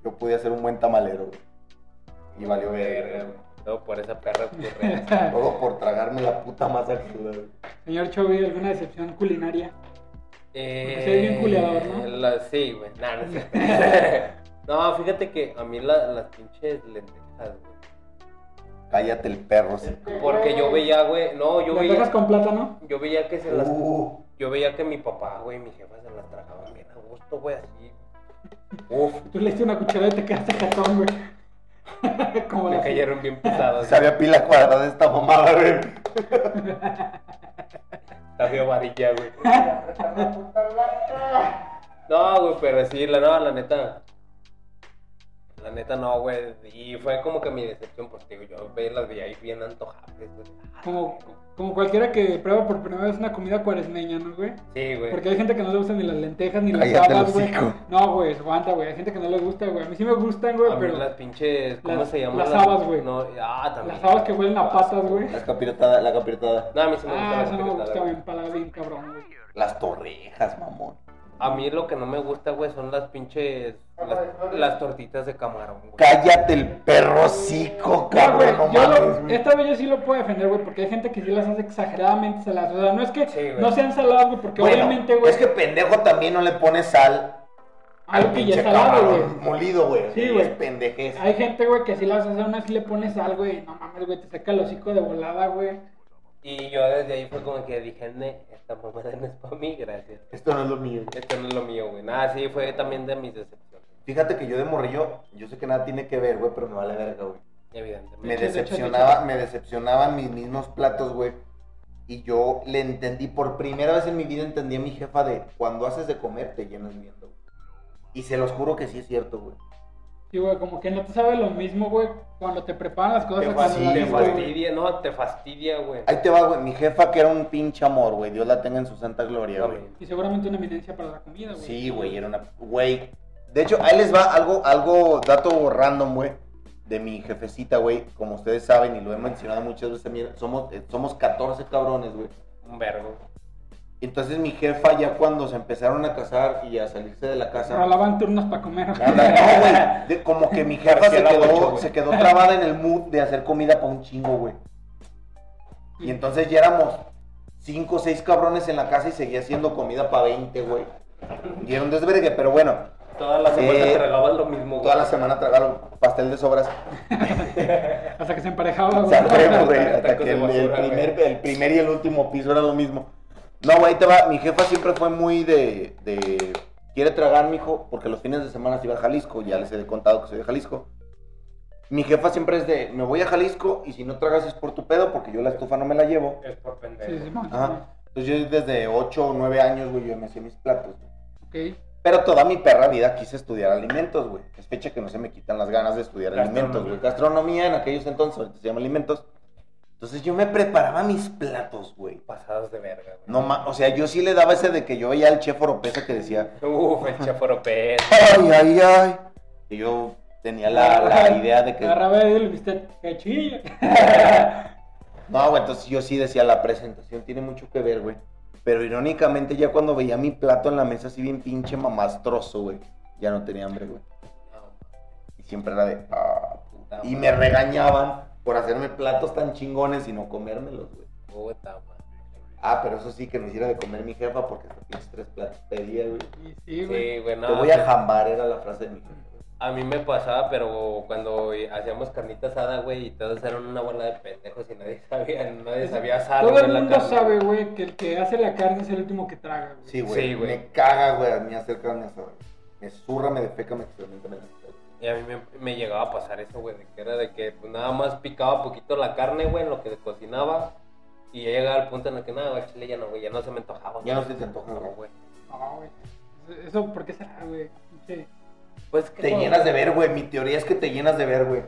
Speaker 1: Yo podía ser un buen tamalero, güey. Y valió verga, güey.
Speaker 3: Todo por esa perra ocurrencia.
Speaker 1: Todo por tragarme la puta masa cruda, güey.
Speaker 2: Señor Chovy, ¿alguna decepción culinaria?
Speaker 3: Eh,
Speaker 2: Porque soy bien culeador, ¿no?
Speaker 3: la- sí, güey. Nah, no, es cierto. no, fíjate que a mí la- las pinches lentejas, güey.
Speaker 1: Cállate el perro, sí.
Speaker 3: Porque yo veía, güey. No, yo
Speaker 2: ¿Las dejas
Speaker 3: veía.
Speaker 2: con plátano?
Speaker 3: Yo veía que se las.
Speaker 1: Uh,
Speaker 3: Yo veía que mi papá, güey, mi jefa se las tragaban bien a gusto, güey, así. Uf,
Speaker 2: Tú le diste una cucharada y te quedaste catón, güey. Como
Speaker 3: me
Speaker 2: la-
Speaker 3: cayeron bien pesadas. güey.
Speaker 1: sabía pila cuadrada de esta mamada, güey.
Speaker 3: Sabía varilla, güey.
Speaker 4: La puta blanca.
Speaker 3: No, güey, pero sí, la no, la neta. La neta no, güey. Y fue como que mi decepción, porque digo, yo ve- las veía ahí bien antojables, güey.
Speaker 2: Como, como cualquiera que prueba por primera vez una comida cuaresmeña, ¿no, güey?
Speaker 3: Sí, güey.
Speaker 2: Porque hay gente que no le gustan ni las lentejas ni las
Speaker 1: Cállate el
Speaker 2: habas, güey.
Speaker 1: hocico.
Speaker 2: No, güey, aguanta, güey. Hay gente que no le gusta, güey. A mí sí me gustan, güey,
Speaker 3: A mí
Speaker 2: pero
Speaker 3: las pinches, ¿cómo
Speaker 2: las-
Speaker 3: se llaman?
Speaker 2: las habas, güey.
Speaker 3: No, ah, también.
Speaker 2: las habas que huelen a patas, güey.
Speaker 1: La capirotada, la capirotada.
Speaker 3: No, a mí sí me
Speaker 2: Ah, eso
Speaker 3: gustan
Speaker 2: no
Speaker 3: las
Speaker 2: me gusta,
Speaker 3: piratadas,
Speaker 2: güey. Empalada bien cabrón, güey.
Speaker 1: Las torrejas, mamón.
Speaker 3: güey. A mí lo que no me gusta, güey, son las pinches, las, las tortitas de camarón, güey.
Speaker 1: Cállate el perro cico,
Speaker 2: No, güey,
Speaker 1: cabrón. No
Speaker 2: yo lo-
Speaker 1: mames, güey.
Speaker 2: esta vez yo sí lo puedo defender, güey, porque hay gente que sí las hace exageradamente saladas. O sea, no es que
Speaker 3: Sí, güey.
Speaker 2: no sean saladas, güey, porque
Speaker 1: Bueno,
Speaker 2: obviamente, güey,
Speaker 1: Es que pendejo también no le pone sal
Speaker 2: algo que ya
Speaker 1: pinche
Speaker 2: es salado, güey.
Speaker 1: camarón molido, güey.
Speaker 2: Sí,
Speaker 1: Sí,
Speaker 2: güey.
Speaker 1: Es pendejez.
Speaker 2: Hay gente, güey, que sí las hace, aún así le pones algo y no mames, güey, te saca el hocico de volada, güey.
Speaker 3: Y yo desde ahí fue como que dije, "Ne, esta mamada no es para mí, gracias.
Speaker 1: Esto no es lo mío.
Speaker 3: Esto no es lo mío, güey. Nada, sí, fue también de mis decepciones,
Speaker 1: Fíjate que yo de morrillo, yo sé que nada tiene que ver, güey, pero me vale verga, güey.
Speaker 3: evidentemente.
Speaker 1: Me
Speaker 2: Échale, échale,
Speaker 1: decepcionaba, me decepcionaban mis mismos platos, güey. Y yo le entendí, por primera vez en mi vida entendí a mi jefa de cuando haces de comer te llenas viendo. güey". Y se los juro que sí es cierto, güey.
Speaker 2: Sí, güey, como que no te sabe lo mismo, güey, cuando te preparan las cosas.
Speaker 1: Te
Speaker 2: cuando
Speaker 1: fastidi-
Speaker 2: las
Speaker 3: Te
Speaker 1: Sí,
Speaker 2: haces, güey.
Speaker 3: fastidia, no, te fastidia, güey.
Speaker 1: Ahí te va, güey. Mi jefa que era un pinche amor, güey. Dios la tenga en su santa gloria,
Speaker 3: No,
Speaker 1: güey.
Speaker 3: güey.
Speaker 2: Y seguramente una eminencia para la comida, güey.
Speaker 1: Sí, güey, era una. Güey. De hecho, ahí les va algo, algo, dato random, güey. De mi jefecita, güey. Como ustedes saben y lo he mencionado muchas veces también, somos, eh, somos 14 cabrones, güey.
Speaker 3: Un vergo.
Speaker 1: Entonces mi jefa ya cuando se empezaron a casar y a salirse de la casa.
Speaker 2: Rolaban turnos para comer.
Speaker 1: la- la- no, güey. de- Como que mi jefa se
Speaker 3: Marcela Bocho,
Speaker 1: quedó,
Speaker 3: güey.
Speaker 1: se quedó trabada en el mood de hacer comida para un chingo, güey. Y entonces ya éramos cinco o seis cabrones en la casa y seguía haciendo comida para 20, güey. Y era un desvergue, pero bueno,
Speaker 3: Todas las
Speaker 1: Sí.
Speaker 3: semanas te regalaban lo mismo, güey.
Speaker 1: toda la semana tragaron pastel de sobras.
Speaker 2: Hasta que se emparejaba,
Speaker 1: O
Speaker 2: güey.
Speaker 1: sea, huevo, güey,
Speaker 3: Tacos
Speaker 1: hasta
Speaker 3: de
Speaker 1: que el,
Speaker 3: basura,
Speaker 1: el
Speaker 3: güey.
Speaker 1: primer, el primer y el último piso era lo mismo. No, güey, ahí te va. Mi jefa siempre fue muy de, de, Quiere tragar, mijo, porque los fines de semana se iba a Jalisco. Ya les he contado que soy de Jalisco. Mi jefa siempre es de, me voy a Jalisco y si no tragas es por tu pedo, porque yo la estufa no me la llevo.
Speaker 3: Es por pendejo.
Speaker 2: Sí, sí, man,
Speaker 1: Ajá. Entonces yo desde 8 o 9 años, güey, yo me hacía mis platos. güey.
Speaker 2: Ok.
Speaker 1: Pero toda mi perra vida quise estudiar alimentos, güey. Es fecha que no se me quitan las ganas de estudiar alimentos, güey. Gastronomía en aquellos entonces, ahorita se llama alimentos. Entonces yo me preparaba mis platos, güey.
Speaker 3: Pasados de verga, güey.
Speaker 1: No ma- o sea, yo sí le daba ese de que yo veía al chef Oropesa que decía,
Speaker 3: Uf, el chaforopez.
Speaker 1: ay, ay, ay. Y yo tenía la, la idea de que.
Speaker 2: Agarraba el bistec cachilla.
Speaker 1: No, güey, entonces yo sí decía, la presentación tiene mucho que ver, güey. Pero irónicamente, ya cuando veía mi plato en la mesa así bien pinche mamastroso, güey, ya no tenía hambre, güey. Y siempre era de. "Ah, puta madre". y me regañaban por hacerme platos tan chingones y no comérmelos, güey.
Speaker 3: Puta madre.
Speaker 1: Ah, pero eso sí que me hiciera de comer mi jefa porque hasta pinches tres platos pedía, güey.
Speaker 2: Y sí, güey.
Speaker 3: Sí, güey, no.
Speaker 1: Te voy a
Speaker 3: pues,
Speaker 1: jambar, era la frase de mi jefa. güey.
Speaker 3: A mí me pasaba, pero cuando hacíamos carnita asada, güey, y todos eran una bola de pendejos y nadie sabía, nadie sabía asar,
Speaker 2: Todo
Speaker 3: güey,
Speaker 2: el
Speaker 3: la
Speaker 2: mundo
Speaker 3: carne.
Speaker 2: sabe, güey, que el que hace la carne es el último que traga, güey.
Speaker 1: Sí, güey.
Speaker 3: Sí, güey.
Speaker 1: me caga, güey, a mí hacer carne asada. güey. Me zurra, me defeca, me experimenta, me
Speaker 3: Y a mí me, me llegaba a pasar eso, güey, de que era de que pues, nada más picaba poquito la carne, güey, en lo que se cocinaba. Y ya llegaba al punto en el que, nada, güey, chile ya no, güey, ya no se me antojaba.
Speaker 1: Ya no se te antoja,
Speaker 3: No,
Speaker 1: güey.
Speaker 3: güey.
Speaker 2: No, güey. Eso, ¿por qué será, güey? Pinche-
Speaker 3: Pues que
Speaker 1: Te llenas de ver, güey. Mi teoría es que te llenas de ver, güey.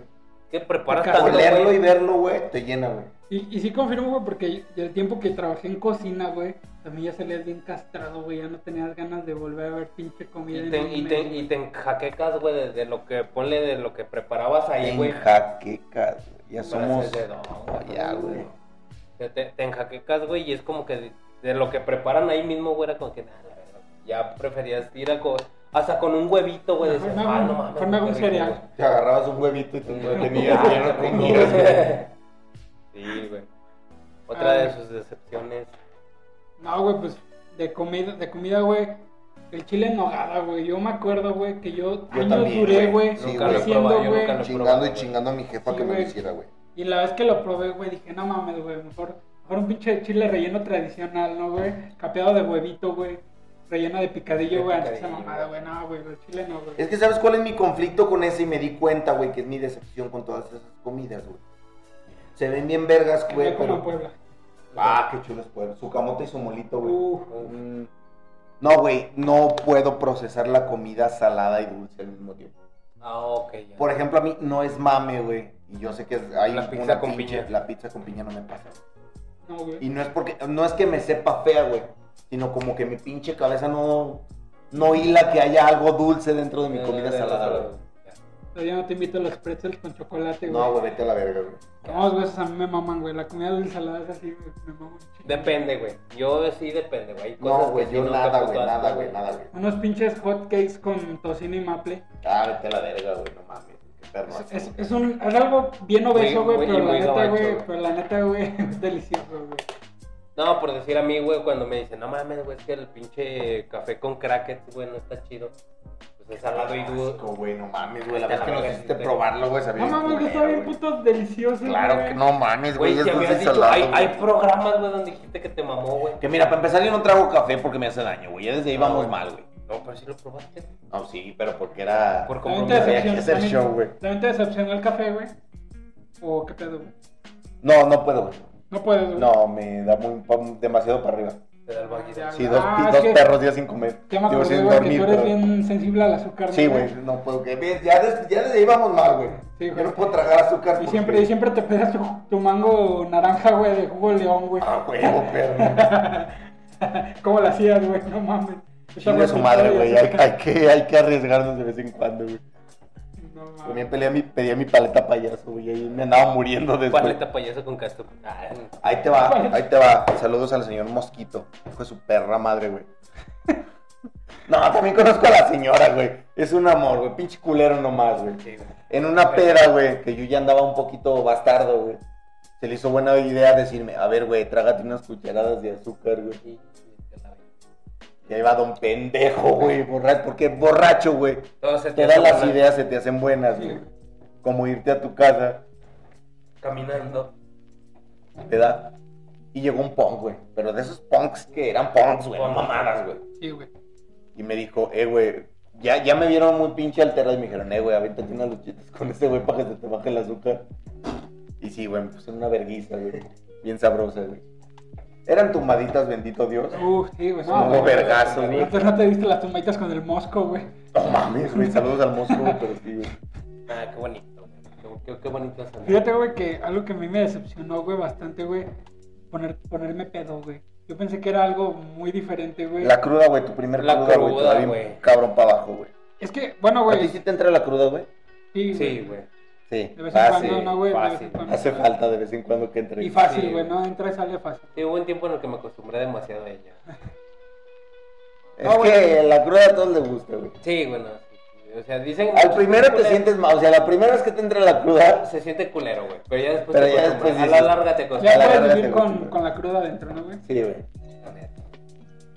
Speaker 3: ¿Qué preparas
Speaker 2: Por
Speaker 3: tanto,
Speaker 1: Por leerlo
Speaker 3: güey?
Speaker 1: y verlo, güey, te llena, güey.
Speaker 2: Y, y sí confirmo, güey, porque el tiempo que trabajé en cocina, güey, a mí ya se les bien castrado, güey. Ya no tenías ganas de volver a ver pinche comida.
Speaker 3: Y
Speaker 2: en
Speaker 3: te,
Speaker 2: un
Speaker 3: y
Speaker 2: mes,
Speaker 3: te,
Speaker 2: güey.
Speaker 3: y te enjaquecas, güey, de, de lo que, ponle de lo que preparabas ahí,
Speaker 1: En
Speaker 3: güey.
Speaker 1: jaquecas, güey. Ya
Speaker 3: Para
Speaker 1: somos.
Speaker 3: hacer de todo, güey.
Speaker 1: Ya, güey.
Speaker 3: Te, te, te enjaquecas, güey, y es como que de, de lo que preparan ahí mismo, güey, era como que, nada, la verdad, ya preferías ir a co- hasta con un huevito, güey,
Speaker 2: Mejor
Speaker 3: decías,
Speaker 2: me hago
Speaker 3: ah,
Speaker 2: un-
Speaker 3: no mames.
Speaker 2: mejor me hago
Speaker 3: qué
Speaker 2: un
Speaker 3: rico,
Speaker 2: cereal".
Speaker 3: güey".
Speaker 1: Te agarrabas un huevito y te lo tenías,
Speaker 3: Ah,
Speaker 1: ya no
Speaker 3: güey.
Speaker 1: comías, güey.
Speaker 3: Sí, güey. Otra
Speaker 2: Ah.
Speaker 3: de sus decepciones.
Speaker 2: No, güey, pues de comida, de comida, güey. El chile en nogada, güey. Yo me acuerdo, güey, que
Speaker 1: Yo
Speaker 2: yo, años
Speaker 1: también,
Speaker 2: duré,
Speaker 1: güey.
Speaker 2: güey,
Speaker 1: Sí,
Speaker 3: nunca lo he
Speaker 2: diciendo,
Speaker 3: probado, yo
Speaker 2: güey.
Speaker 3: nunca lo he
Speaker 1: Chingando
Speaker 3: probado.
Speaker 1: y chingando a mi jefa
Speaker 2: Sí,
Speaker 1: que me lo
Speaker 2: güey.
Speaker 1: hiciera, güey.
Speaker 2: Y la vez que lo probé, güey, dije, no mames, güey, mejor, mejor un pinche chile relleno tradicional, ¿no, güey? Capeado de huevito, güey. Relleno de
Speaker 3: De
Speaker 2: picadillo, güey, antes esa
Speaker 3: picadillo,
Speaker 2: mamada,
Speaker 3: güey.
Speaker 2: güey. No, güey, el chile no, güey.
Speaker 1: Es que sabes cuál es mi conflicto con ese y me di cuenta, güey, que es mi decepción con todas esas comidas, güey. Se ven bien vergas,
Speaker 2: Que
Speaker 1: güey,
Speaker 2: no como en
Speaker 1: pero.
Speaker 2: Puebla.
Speaker 1: Ah, qué chulo es Puebla. Su camote y su molito, güey.
Speaker 2: Uh,
Speaker 3: Uf.
Speaker 1: Mm. No, güey, no puedo procesar la comida salada y dulce al mismo tiempo.
Speaker 3: Ah, ok. ya.
Speaker 1: Por ejemplo, a mí no es mame, güey. Y yo sé que es- hay
Speaker 3: La pizza
Speaker 1: una
Speaker 3: con
Speaker 1: pinche-
Speaker 3: piña.
Speaker 1: La pizza con piña no me pasa.
Speaker 2: no, güey.
Speaker 1: Y no es porque, no es que me sepa fea, güey. Sino como que mi pinche cabeza no, no hila que haya algo dulce dentro de mi
Speaker 3: Eh,
Speaker 1: comida
Speaker 3: de-
Speaker 1: salada, güey.
Speaker 3: Ya.
Speaker 2: Todavía no te invito a los pretzels con chocolate, güey.
Speaker 1: No, güey, vete a la verga, güey.
Speaker 2: No, güey, esas a mí me maman, güey. La comida dulce salada es así, güey. Me mama un chingo.
Speaker 3: Depende, güey. Yo sí depende, güey. Hay cosas
Speaker 1: No, güey,
Speaker 3: que sí
Speaker 1: yo
Speaker 3: no
Speaker 1: nada,
Speaker 3: te
Speaker 1: güey,
Speaker 3: puedo
Speaker 1: nada,
Speaker 3: hacer,
Speaker 1: güey, nada, güey.
Speaker 2: Unos pinches hotcakes con tocino y maple.
Speaker 1: Ah, vete a la verga, güey, no mames. Qué perro.
Speaker 2: Es, es- es un, es algo bien obeso,
Speaker 3: Muy-
Speaker 2: güey,
Speaker 3: muy- y
Speaker 2: pero, la
Speaker 3: muy
Speaker 2: neta,
Speaker 3: gabacho,
Speaker 2: güey,
Speaker 3: güey.
Speaker 2: pero la neta, güey, es delicioso, güey.
Speaker 3: No, por decir a mí, güey, cuando me dicen, no mames, güey, es que el pinche café con crackers, güey, no está chido. Pues es salado y
Speaker 1: Asco,
Speaker 3: duro.
Speaker 1: güey, no mames, güey. La
Speaker 3: Vete
Speaker 1: vez
Speaker 3: a la
Speaker 1: que nos
Speaker 3: verga,
Speaker 1: hiciste
Speaker 3: sí,
Speaker 1: probarlo, güey, sabía
Speaker 2: No mames,
Speaker 1: culero,
Speaker 2: está bien
Speaker 1: güey.
Speaker 2: puto delicioso,
Speaker 1: Claro
Speaker 2: güey.
Speaker 1: que no mames, güey,
Speaker 3: Güey,
Speaker 1: es
Speaker 3: si
Speaker 1: dulce
Speaker 3: habías
Speaker 1: y
Speaker 3: dicho,
Speaker 1: salado.
Speaker 3: hay,
Speaker 1: güey.
Speaker 3: hay programas, güey, donde dijiste que te mamó, güey.
Speaker 1: Que mira, para empezar yo no trago café porque me hace daño, güey. Ya desde ahí
Speaker 3: No,
Speaker 1: vamos
Speaker 3: güey.
Speaker 1: mal, güey.
Speaker 3: No, pero sí lo probaste.
Speaker 1: No, sí, pero porque era...
Speaker 3: Por
Speaker 2: También
Speaker 3: compromiso.
Speaker 2: te
Speaker 1: había que
Speaker 2: decepcionó-
Speaker 1: hacer
Speaker 2: también-
Speaker 1: show, güey.
Speaker 2: También te decepcionó el café, güey. O qué pedo, güey.
Speaker 1: No, no puedo, güey.
Speaker 2: No puedes, güey.
Speaker 1: No, me da muy, pa- demasiado para arriba.
Speaker 3: Te da el vaguito.
Speaker 1: Sí, dos,
Speaker 2: Ah,
Speaker 1: pi-
Speaker 2: es
Speaker 1: dos
Speaker 2: que-
Speaker 1: perros días sin comer.
Speaker 2: Ya me
Speaker 1: Digo,
Speaker 2: acordé,
Speaker 1: sin
Speaker 2: güey, que
Speaker 1: dormir,
Speaker 2: tú eres
Speaker 1: pero-
Speaker 2: bien sensible al azúcar,
Speaker 1: Sí, güey, no puedo. que- ¿Ves? Ya, des- ya desde ahí vamos mal, güey.
Speaker 2: Sí, güey.
Speaker 1: Yo no puedo tragar azúcar.
Speaker 2: Y
Speaker 1: porque-
Speaker 2: siempre, y siempre te pedas tu, tu mango naranja, güey, de jugo león, güey.
Speaker 1: Ah, huevo, perro.
Speaker 2: ¿Cómo la hacías, güey? No mames.
Speaker 1: Chingue su madre, güey. Hay, hay que, hay que arriesgarnos de vez en cuando, güey.
Speaker 2: No mames.
Speaker 1: También peleé mi, pedía mi paleta payaso, güey. Ahí me andaba muriendo después.
Speaker 3: Paleta payaso con castor. Ah,
Speaker 1: Ahí te va, ahí te va. Saludos al señor Mosquito. Hijo de su perra madre, güey. No, también conozco a la señora, güey. Es un amor, güey. Pinche culero nomás, güey.
Speaker 3: sí, güey.
Speaker 1: En una peda, güey, que yo ya andaba un poquito bastardo, güey. Se le hizo buena idea decirme, a ver, güey, trágate unas cucharadas de azúcar, güey.
Speaker 3: Sí, sí, te la vi.
Speaker 1: Y ahí va don pendejo, güey, borracho. Porque borracho, güey.
Speaker 3: Todo se te
Speaker 1: Todas
Speaker 3: hace
Speaker 1: las
Speaker 3: bola.
Speaker 1: ideas se te hacen buenas,
Speaker 2: Sí,
Speaker 1: güey.
Speaker 2: güey.
Speaker 1: Como irte a tu casa,
Speaker 3: Caminando.
Speaker 1: te da. Y llegó un punk, güey. Pero de esos punks que eran punks, güey. No mamadas, güey.
Speaker 2: Sí, güey.
Speaker 1: Y me dijo, eh, güey, ya, ya me vieron muy pinche alterado. Y me dijeron, eh, güey, ahorita tiene luchitas con ese güey para que se te baje el azúcar. Y sí, güey, me pusieron una verguiza, güey. Bien sabrosa, güey. Eran tumbaditas, bendito Dios.
Speaker 2: Uf, sí, güey.
Speaker 1: No,
Speaker 2: No, güey.
Speaker 1: vergazo, güey.
Speaker 2: Entonces no te diste las tomaitas con el mosco, güey.
Speaker 1: No mames, güey. Saludos al mosco, güey, pero sí, güey.
Speaker 3: Ah, qué bonito, güey. Qué, qué, qué bonitas son.
Speaker 2: Fíjate, güey, que algo que a mí me decepcionó, güey, bastante, güey, poner, ponerme pedo, güey. Yo pensé que era algo muy diferente, güey.
Speaker 1: La cruda, güey, tu primer
Speaker 3: La
Speaker 1: cruda, güey. te
Speaker 3: cruda,
Speaker 1: da bien
Speaker 3: güey.
Speaker 1: Cabrón para abajo, güey.
Speaker 2: Es que, bueno,
Speaker 1: ¿A ti
Speaker 2: güey.
Speaker 1: sí te entra la cruda, güey?
Speaker 2: Sí,
Speaker 3: Sí,
Speaker 2: güey.
Speaker 3: güey.
Speaker 1: Sí.
Speaker 2: De vez en
Speaker 1: Hace,
Speaker 2: cuando, ¿no, güey? De vez en
Speaker 3: fácil.
Speaker 2: cuando.
Speaker 1: hace falta de vez en cuando que entre.
Speaker 2: Y fácil,
Speaker 3: Sí.
Speaker 2: güey, no entra y sale fácil.
Speaker 3: Sí, hubo un tiempo en el que me acostumbré demasiado a ella.
Speaker 1: Es
Speaker 2: No, güey.
Speaker 1: que la cruda a todos les gusta, güey.
Speaker 3: Sí, bueno. O sea, dicen.
Speaker 1: Al primero te
Speaker 3: culero.
Speaker 1: sientes mal, o sea, la primera vez que te entra la cruda,
Speaker 3: Se siente culero, güey. Pero ya después.
Speaker 1: Pero
Speaker 3: te
Speaker 1: ya
Speaker 3: acostumbras.
Speaker 1: después
Speaker 3: A
Speaker 1: dices-
Speaker 3: la larga te
Speaker 2: Ya
Speaker 1: la
Speaker 3: acostumbras.
Speaker 1: verdad
Speaker 2: puedes
Speaker 1: te
Speaker 2: vivir con,
Speaker 1: gusta.
Speaker 2: con la cruda adentro, ¿no, güey?
Speaker 1: sí, güey.
Speaker 3: La neta.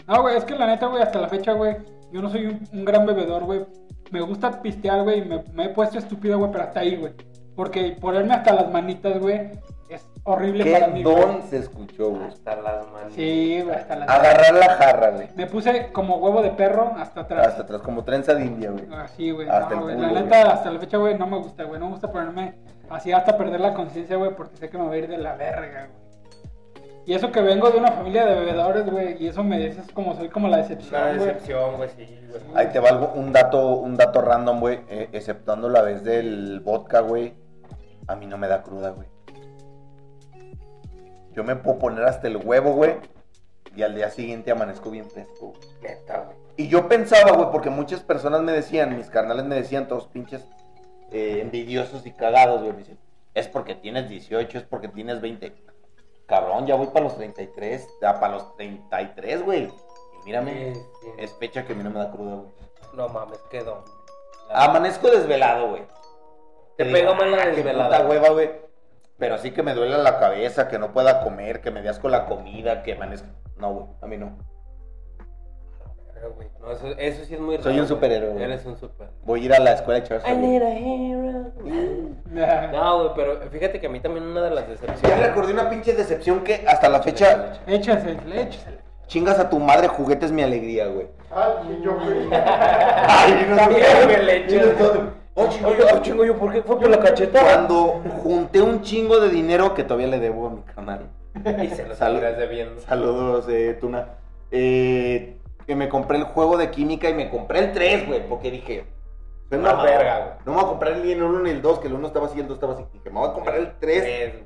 Speaker 2: No, güey, es que la neta, güey, hasta la fecha, güey, yo no soy un, un gran bebedor, güey. Me gusta pistear, güey, y me, me he puesto estúpido, güey, pero hasta ahí, güey. Porque ponerme hasta las manitas, güey, es horrible para
Speaker 1: Qué
Speaker 2: mí. güey.
Speaker 1: don se escuchó, güey.
Speaker 3: Hasta las manos.
Speaker 2: Sí, güey,
Speaker 1: Ah,
Speaker 2: hasta las
Speaker 1: Agarrar la jarra, güey.
Speaker 2: Me puse como huevo de perro hasta atrás.
Speaker 1: Hasta atrás, como trenza de india, güey.
Speaker 2: Así, güey.
Speaker 1: Hasta
Speaker 2: no,
Speaker 1: el
Speaker 2: güey,
Speaker 1: culo,
Speaker 2: La
Speaker 1: güey.
Speaker 2: neta, hasta la fecha, güey, no me gusta, güey. No me gusta ponerme así hasta perder la conciencia, güey, porque sé que me voy a ir de la verga, güey. Y eso que vengo de una familia de bebedores, güey, y eso me dices como soy como
Speaker 3: Una
Speaker 2: la decepción, güey.
Speaker 3: decepción, güey, sí, güey.
Speaker 1: Ahí te va algo- un dato, un dato random, güey. eh, exceptuando la vez del vodka, güey. A mí no me da cruda, güey. Yo me puedo poner hasta el huevo, güey. Y al día siguiente amanezco bien fresco. güey.
Speaker 3: Neta, güey.
Speaker 1: Y yo pensaba, güey, porque muchas personas me decían, mis carnales me decían, todos pinches eh, envidiosos y cagados, güey. Me dicen, es porque tienes 18, es porque tienes 20. Cabrón, ya voy para los 33, ya para los 33, güey. Y mírame,
Speaker 3: Sí, sí.
Speaker 1: es fecha que a mí no me da cruda, güey.
Speaker 3: No mames, quedó.
Speaker 1: Amanezco desvelado, güey.
Speaker 3: Te
Speaker 1: Que
Speaker 3: pegó
Speaker 1: digo,
Speaker 3: mal la
Speaker 1: "Ah, qué puta
Speaker 3: desvelada.
Speaker 1: hueva, güey. Pero sí que me duele la cabeza, que no pueda comer, que me dé con la comida, que amanezca. No, güey, a mí no.
Speaker 3: Verga, güey. No, eso, eso sí es muy raro.
Speaker 1: Soy un
Speaker 3: güey.
Speaker 1: superhéroe, güey.
Speaker 3: Eres un super.
Speaker 1: Voy a ir a la escuela de chavos.
Speaker 3: I need a hero. No, güey, pero fíjate que a mí también una de las
Speaker 1: Ya
Speaker 3: decepciones.
Speaker 1: recordé una pinche decepción que hasta la fecha
Speaker 2: Échase, échase.
Speaker 1: chingas a tu madre, juguetes mi alegría, güey.
Speaker 4: Ah, sí, yo fui.
Speaker 1: Ay, no
Speaker 3: También, güey,
Speaker 1: güey,
Speaker 3: le echas.
Speaker 1: Oh, chingo, yo, oh, chingo, yo.
Speaker 3: ¿por qué fue por la cachetada?
Speaker 1: Cuando junté un chingo de dinero que todavía le debo a mi canal.
Speaker 3: Y se lo
Speaker 1: Salud.
Speaker 3: saldrás de bien.
Speaker 1: Saludos, eh, Tuna. Eh, que me compré el juego de química y me compré el 3, güey, porque dije. soy
Speaker 3: Una
Speaker 1: mamador.
Speaker 3: verga, güey.
Speaker 1: No me voy a comprar ni el 1 ni el 2, que el 1 estaba así, el 2 estaba así. Dije, me voy a comprar el 3.
Speaker 3: Tres, güey.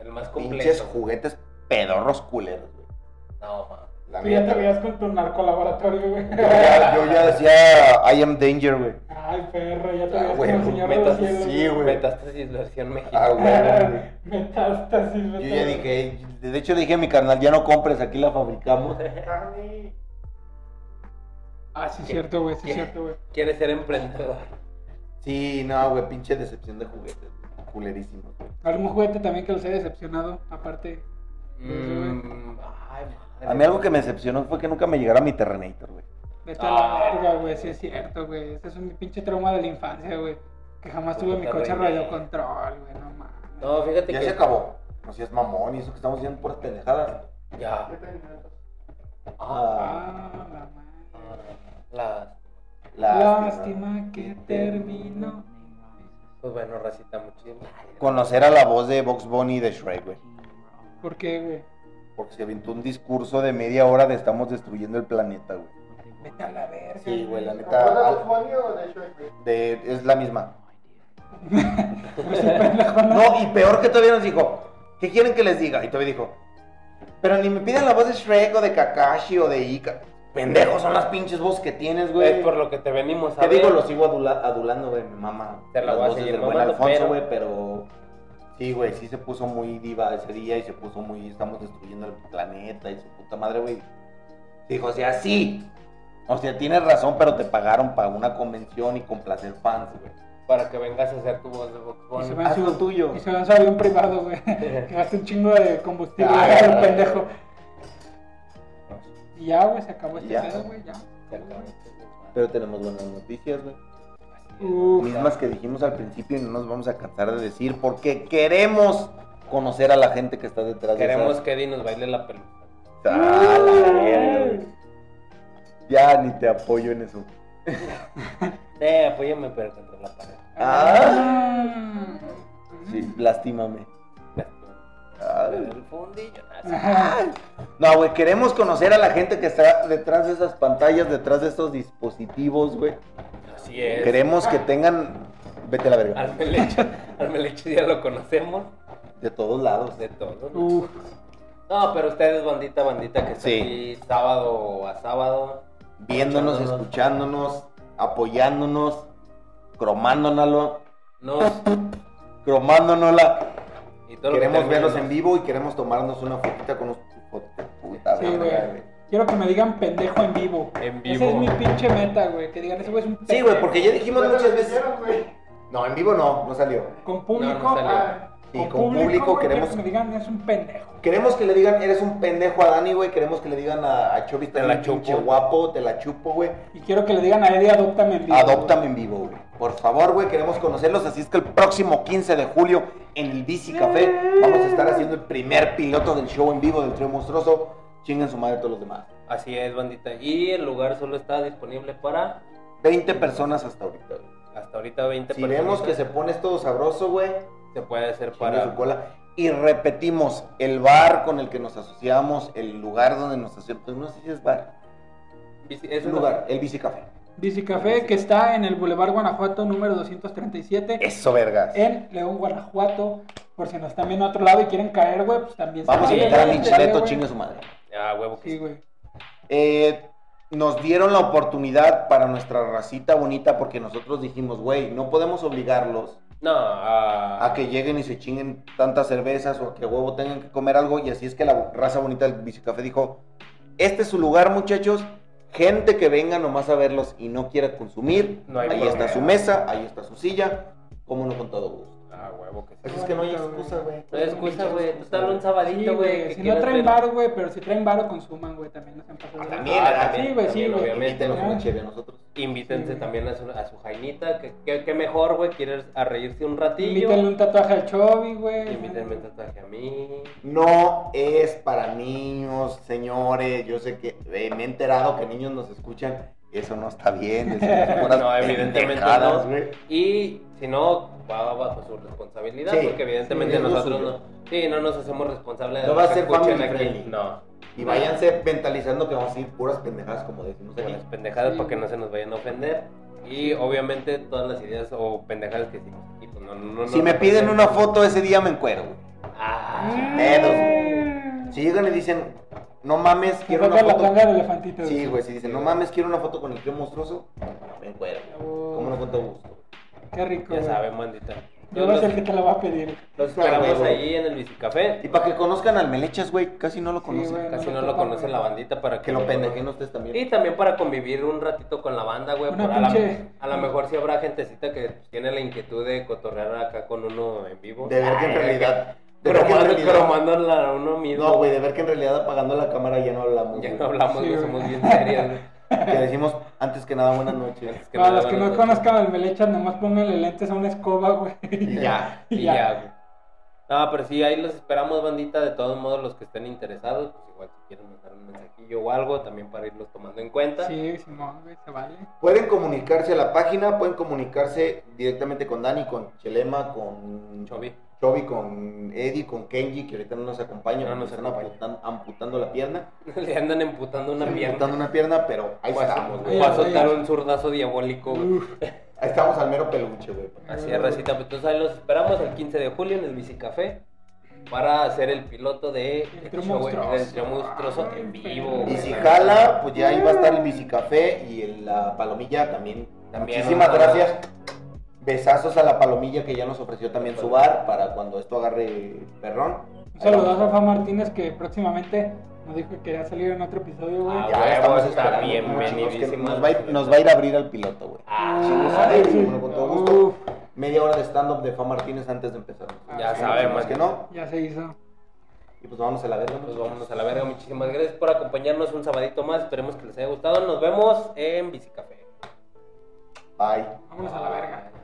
Speaker 3: El más
Speaker 1: Pinches
Speaker 3: Eh, completo.
Speaker 1: juguetes pedorros culeros, güey.
Speaker 3: No, mames.
Speaker 1: La
Speaker 2: Tú ya te
Speaker 1: neta, güey.
Speaker 2: veías con tu narcolaboratorio, güey.
Speaker 1: Yo ya, yo ya decía, I am danger, güey.
Speaker 2: Ay, perro, ya te
Speaker 1: Ah,
Speaker 2: veías
Speaker 1: güey,
Speaker 2: como señor de
Speaker 3: metas-
Speaker 2: los cielos.
Speaker 1: sí, güey.
Speaker 3: Metástasis versión
Speaker 1: Ah,
Speaker 3: mexicana.
Speaker 1: güey, güey.
Speaker 2: Metástasis,
Speaker 1: Yo ya
Speaker 2: metástasis.
Speaker 1: dije, de hecho dije a mi carnal, ya no compres, aquí la fabricamos.
Speaker 4: Carni.
Speaker 2: Ah, sí, cierto, güey, sí,
Speaker 3: ¿Qué?
Speaker 2: cierto, güey.
Speaker 3: Quieres ser emprendedor.
Speaker 1: Sí, no, güey, pinche decepción de juguetes. güey. Culerísimo, güey.
Speaker 2: ¿Algún juguete también que los haya decepcionado? Aparte,
Speaker 3: Mm, ay, madre.
Speaker 1: A mí algo que me decepcionó fue que nunca me llegara mi Terrenator, güey.
Speaker 2: vete a
Speaker 3: Ah.
Speaker 2: la verga, güey, sí es cierto, güey. Ese es un pinche trauma de la infancia, güey. Que jamás tuve mi
Speaker 3: Puta
Speaker 2: coche
Speaker 3: reina.
Speaker 2: radiocontrol, güey, no mames.
Speaker 3: No, fíjate
Speaker 1: Ya
Speaker 3: que.
Speaker 1: se acabó. No seas mamón, y eso que estamos haciendo por pendejadas.
Speaker 3: Ya.
Speaker 4: Yo tenía dos.
Speaker 1: Ah,
Speaker 2: Ah, la madre.
Speaker 3: La...
Speaker 2: Lástima que terminó.
Speaker 3: Pues bueno, racita, muchísimas gracias.
Speaker 1: Conocer a la voz de Box Bunny de Shrek, güey.
Speaker 2: ¿Por qué, güey?
Speaker 1: Porque se aventó un discurso de media hora de estamos destruyendo el planeta, güey.
Speaker 2: Vete a la verga.
Speaker 1: Sí, güey,
Speaker 4: ¿La
Speaker 1: la
Speaker 4: voz de Bugs
Speaker 1: neta.
Speaker 4: Bunny o de Shrek? güey?
Speaker 1: de- es la misma.
Speaker 2: Pues sí, pendejo, ¿no?
Speaker 1: No, y peor que todavía nos dijo, ¿qué quieren que les diga? Y todavía dijo, pero ni me piden la voz de Shrek o de Kakashi o de Ika. Pendejos son las pinches voces que tienes, güey.
Speaker 3: Es por lo que te venimos a
Speaker 1: Te
Speaker 3: ver.
Speaker 1: digo, lo sigo adula- adulando, güey, mi mamá.
Speaker 3: Te la
Speaker 1: Las
Speaker 3: voy a
Speaker 1: voces
Speaker 3: seguir
Speaker 1: del buen
Speaker 3: mamando,
Speaker 1: Alfonso,
Speaker 3: pero-
Speaker 1: güey, pero... Sí, güey, sí se puso muy diva ese día y se puso muy... Estamos destruyendo el planeta y su puta madre, güey. Dijo, o sea, sí. O sea, tienes razón, pero te pagaron para una convención y complacer fans, güey.
Speaker 3: Para que vengas a hacer tu voz de Box
Speaker 2: Y
Speaker 3: Bunny.
Speaker 2: se va en
Speaker 1: Haz
Speaker 2: su,
Speaker 1: lo tuyo.
Speaker 2: Y se va en su avión privado, güey. Que gasta un chingo de combustible,
Speaker 1: Ah,
Speaker 2: güey, el
Speaker 1: ah,
Speaker 2: pendejo. Y ya, güey, se acabó este
Speaker 1: Ya.
Speaker 2: pedo, güey, ya.
Speaker 1: Pero tenemos buenas noticias, güey.
Speaker 2: Uf.
Speaker 1: Mismas que dijimos al principio y no nos vamos a cansar de decir porque queremos conocer a la gente que está detrás
Speaker 3: Queremos
Speaker 1: de
Speaker 3: que Eddie nos baile la peluca.
Speaker 1: esas- ¡Ah, la verga, güey! Ya ni te apoyo en eso.
Speaker 3: Eh, apóyame, pero contra la pared.
Speaker 2: Ah.
Speaker 1: Sí, lastímame.
Speaker 3: Pero
Speaker 1: Ay.
Speaker 3: El fundillo. Ah, sí.
Speaker 2: Ajá.
Speaker 1: No, güey, queremos conocer a la gente que está detrás de esas pantallas, detrás de estos dispositivos, güey.
Speaker 3: Así es.
Speaker 1: Queremos que tengan Vete a la verga.
Speaker 3: Al Meleche, al Meleche ya lo conocemos pues,
Speaker 1: De todos lados. eh.
Speaker 3: de todos. ¿no?
Speaker 2: Uf,
Speaker 3: No, pero ustedes, bandita, bandita, que está
Speaker 1: Sí.
Speaker 3: aquí sábado a sábado.
Speaker 1: Viéndonos, escuchándonos, apoyándonos, cromándonoslo,
Speaker 3: Nos
Speaker 1: cromándonosla.
Speaker 3: y todo lo que
Speaker 1: Queremos
Speaker 3: termine
Speaker 1: verlos
Speaker 3: nos-
Speaker 1: en vivo y queremos tomarnos una fotita con unos puta
Speaker 2: Sí,
Speaker 1: verga,
Speaker 2: güey.
Speaker 1: güey.
Speaker 2: quiero que me digan pendejo en vivo.
Speaker 3: En
Speaker 2: Esa es
Speaker 3: vivo.
Speaker 2: mi pinche meta, güey. Que digan, ese güey es un
Speaker 1: Sí, güey, porque ya dijimos
Speaker 4: Bueno,
Speaker 1: muchas
Speaker 4: lo
Speaker 1: veces.
Speaker 4: hicieron, güey.
Speaker 1: No, en vivo no, no salió.
Speaker 2: Con público.
Speaker 3: No, no salió.
Speaker 4: Ah,
Speaker 1: Sí, con público
Speaker 2: güey,
Speaker 1: queremos-
Speaker 2: quiero Que me digan, es un pendejo.
Speaker 1: Queremos que le digan, eres un pendejo a Dani, güey. Queremos que le digan a, a Chovis,
Speaker 3: Te
Speaker 1: "Eres
Speaker 3: la
Speaker 1: un pinche
Speaker 3: chupo".
Speaker 1: guapo, te la chupo, güey.
Speaker 2: Y quiero que le digan a Eddie, adóptame en vivo.
Speaker 1: Adóptame en vivo, güey. Por favor, güey, queremos conocerlos. Así es que el próximo 15 de julio en el Bici Café vamos a estar haciendo el primer piloto del show en vivo del Trio Monstruoso. Chinguen su madre todos los demás.
Speaker 3: Así es, bandita. Y el lugar solo está disponible para
Speaker 1: 20 personas hasta ahorita. güey.
Speaker 3: hasta ahorita 20
Speaker 1: Si
Speaker 3: personas.
Speaker 1: vemos que se pone todo sabroso, güey,
Speaker 3: se puede hacer
Speaker 1: para
Speaker 3: para
Speaker 1: su cola. Y repetimos, el bar con el que nos asociamos, el lugar donde nos asociamos, no sé si es bar,
Speaker 3: Bici-
Speaker 1: es
Speaker 3: es
Speaker 1: un
Speaker 3: una-
Speaker 1: lugar, el Bici Café.
Speaker 2: Bici Café, que está en el Boulevard Guanajuato número 237.
Speaker 1: Eso, vergas.
Speaker 2: en León, Guanajuato. Por si nos están viendo a otro lado y quieren caer, güey, pues también. se
Speaker 1: Vamos a
Speaker 2: vale,
Speaker 1: invitar a
Speaker 2: güey,
Speaker 1: Michileto,
Speaker 2: güey.
Speaker 1: chingue su madre.
Speaker 3: Ah, huevo que
Speaker 2: Sí,
Speaker 3: sí.
Speaker 2: güey.
Speaker 1: Eh, nos dieron la oportunidad para nuestra racita bonita porque nosotros dijimos, güey, no podemos obligarlos
Speaker 3: No, ah,
Speaker 1: a que lleguen y se chinguen tantas cervezas o a que a huevo tengan que comer algo. Y así es que la raza bonita del bicicafé dijo, este es su lugar, muchachos. Gente que venga nomás a verlos y no quiera consumir,
Speaker 3: No hay
Speaker 1: ahí
Speaker 3: problema.
Speaker 1: está su mesa, ahí está su silla, como no con todo gusto.
Speaker 3: ah, huevo que sí.
Speaker 1: Así es que no hay excusa, güey.
Speaker 3: No hay excusa, güey. Pues dale un
Speaker 2: Sí,
Speaker 3: sabadito, güey.
Speaker 2: güey.
Speaker 3: que
Speaker 2: Si no
Speaker 3: quieras
Speaker 2: traen
Speaker 3: ver-
Speaker 2: varo, güey, pero si traen varo, consuman, güey, también. No se han pasado
Speaker 1: Ah,
Speaker 2: de-
Speaker 1: también, ah,
Speaker 2: Sí, güey, sí,
Speaker 3: también,
Speaker 2: güey.
Speaker 3: obviamente.
Speaker 1: Invítenos
Speaker 2: ¿no?
Speaker 1: una chévere a nosotros.
Speaker 3: Invítense
Speaker 2: Sí.
Speaker 3: también a su, a su jainita. Que, que- que mejor, güey. Quieres a reírse un ratillo.
Speaker 2: Invítenle un tatuaje al Chovy, güey.
Speaker 3: Invítenme un tatuaje a mí.
Speaker 1: No es para niños, señores. Yo sé que eh, me he enterado que niños nos escuchan. Eso no está bien. decimos puras
Speaker 3: No, evidentemente
Speaker 1: pendejadas,
Speaker 3: no.
Speaker 1: güey.
Speaker 3: Y si no, va bajo su responsabilidad,
Speaker 1: Sí,
Speaker 3: porque evidentemente
Speaker 1: sí, es lo
Speaker 3: nosotros
Speaker 1: suyo.
Speaker 3: no, sí, no nos hacemos responsables de
Speaker 1: No
Speaker 3: lo
Speaker 1: va a
Speaker 3: que
Speaker 1: ser
Speaker 3: escuchen
Speaker 1: family
Speaker 3: aquí.
Speaker 1: friendly.
Speaker 3: No,
Speaker 1: Y váyanse mentalizando que vamos a ir puras pendejadas, como decimos
Speaker 3: con
Speaker 1: aquí.
Speaker 3: las pendejadas
Speaker 2: Sí.
Speaker 3: para que no se nos vayan a ofender. Y obviamente todas las ideas o pendejadas que hicimos aquí, pues no, no, no-
Speaker 1: Si
Speaker 3: no-
Speaker 1: me piden una foto ese día, me encuero. güey.
Speaker 3: Ah,
Speaker 1: Sin pedos, güey. Si llegan y dicen, no mames,
Speaker 2: Que
Speaker 1: quiero una
Speaker 2: Mm. la tanga
Speaker 1: foto.
Speaker 2: de elefantito.
Speaker 1: Sí, güey, si dicen, no mames, quiero una foto con el tío monstruoso, me encuero.
Speaker 2: Oh,
Speaker 1: Como no con todo gusto.
Speaker 2: Qué rico,
Speaker 3: ya
Speaker 2: güey.
Speaker 3: saben, bandita.
Speaker 2: Yo no
Speaker 3: los,
Speaker 2: sé el que te la va a pedir.
Speaker 3: los esperamos
Speaker 1: Claro.
Speaker 3: ahí en el bicicafé.
Speaker 1: Y para que conozcan al Melechas, güey, casi no lo
Speaker 2: Sí,
Speaker 1: conocen.
Speaker 2: güey.
Speaker 3: Casi
Speaker 2: no
Speaker 3: no
Speaker 2: lo
Speaker 3: lo
Speaker 2: topan,
Speaker 3: conocen
Speaker 2: güey.
Speaker 3: la bandita para que
Speaker 1: Que lo
Speaker 3: lo
Speaker 1: pendejen ustedes también.
Speaker 3: Y también para convivir un ratito con la banda, güey.
Speaker 2: Una
Speaker 3: por a, la-
Speaker 2: pinche-
Speaker 3: a lo mejor sí habrá gentecita que tiene la inquietud de cotorrear acá con uno en vivo.
Speaker 1: De ver que en
Speaker 3: Ay,
Speaker 1: realidad.
Speaker 3: que-
Speaker 1: De ver que en
Speaker 3: Ah, Cromando,
Speaker 1: realidad.
Speaker 3: cromándola a uno mismo.
Speaker 1: No, güey, de ver que en realidad apagando la cámara ya no hablamos.
Speaker 3: Ya
Speaker 1: güey.
Speaker 3: no hablamos,
Speaker 2: Sí,
Speaker 3: güey,
Speaker 2: güey.
Speaker 3: somos bien serios, güey.
Speaker 1: Que decimos antes que nada buenas noches.
Speaker 3: Es
Speaker 2: Para
Speaker 3: nada,
Speaker 2: los que
Speaker 3: nada,
Speaker 2: no
Speaker 3: nada.
Speaker 2: conozcan al Melechas, nomás pónganle lentes a una escoba, güey.
Speaker 1: Y ya.
Speaker 3: Y ya, güey. No, pero sí, ahí los esperamos, bandita. De todos modos, los que estén interesados, pues igual si quieren mandar un mensajillo o algo, también para irlos tomando en cuenta.
Speaker 2: Sí, Simón, güey, se vale.
Speaker 1: Pueden comunicarse a la página, pueden comunicarse directamente con Dani, con Chelema, con
Speaker 3: Chovy.
Speaker 1: Chovy, con Eddie, con Kenji, que ahorita no nos acompaña,
Speaker 3: No
Speaker 1: porque
Speaker 3: nos
Speaker 1: están
Speaker 3: acompaña.
Speaker 1: amputan- amputando la pierna.
Speaker 3: Le andan emputando una pierna. Pues,
Speaker 1: Amputando una pierna, pero ahí
Speaker 3: Va a-
Speaker 1: estamos, güey.
Speaker 3: va a
Speaker 2: Ahí,
Speaker 3: soltar
Speaker 2: ahí.
Speaker 3: un zurdazo diabólico, güey.
Speaker 2: Uf,
Speaker 1: Ahí estamos al mero peluche, güey.
Speaker 3: Así es, Racita. Pues entonces ahí los esperamos el 15 de julio en el Bicicafé para hacer el piloto de
Speaker 2: El
Speaker 3: el
Speaker 2: Trio
Speaker 3: show, el-
Speaker 2: Monstruoso.
Speaker 3: el Trio Monstruoso en vivo.
Speaker 1: Y
Speaker 3: güey.
Speaker 1: si jala, pues ya ahí va a estar el bicicafé y el- la palomilla también.
Speaker 3: También.
Speaker 1: Muchísimas gracias. Besazos a la palomilla que ya nos ofreció también su bar para cuando esto agarre perrón.
Speaker 2: un saludazo a Fa Martínez que próximamente nos dijo que quería salir en otro episodio, güey.
Speaker 3: Ah,
Speaker 1: Ya
Speaker 3: Huevo,
Speaker 1: estamos
Speaker 3: está
Speaker 1: esperando.
Speaker 3: bienvenidísimo.
Speaker 1: Chicos, que nos, va a ir, nos va a ir a abrir al piloto, güey.
Speaker 3: Ah,
Speaker 1: chingos,
Speaker 2: Ah,
Speaker 1: sale,
Speaker 2: sí.
Speaker 1: uno con todo gusto.
Speaker 2: Uf,
Speaker 1: Media hora de stand-up de Fa Martínez antes de empezar.
Speaker 3: ya
Speaker 2: sí,
Speaker 1: Más
Speaker 3: sabemos.
Speaker 1: que no.
Speaker 2: Ya se hizo.
Speaker 1: Y pues vámonos a la verga.
Speaker 3: Pues vámonos a la verga. Muchísimas gracias por acompañarnos un sabadito más. Esperemos que les haya gustado. Nos vemos en Bicicafé.
Speaker 1: Bye.
Speaker 2: Vámonos a la verga.
Speaker 3: Bye.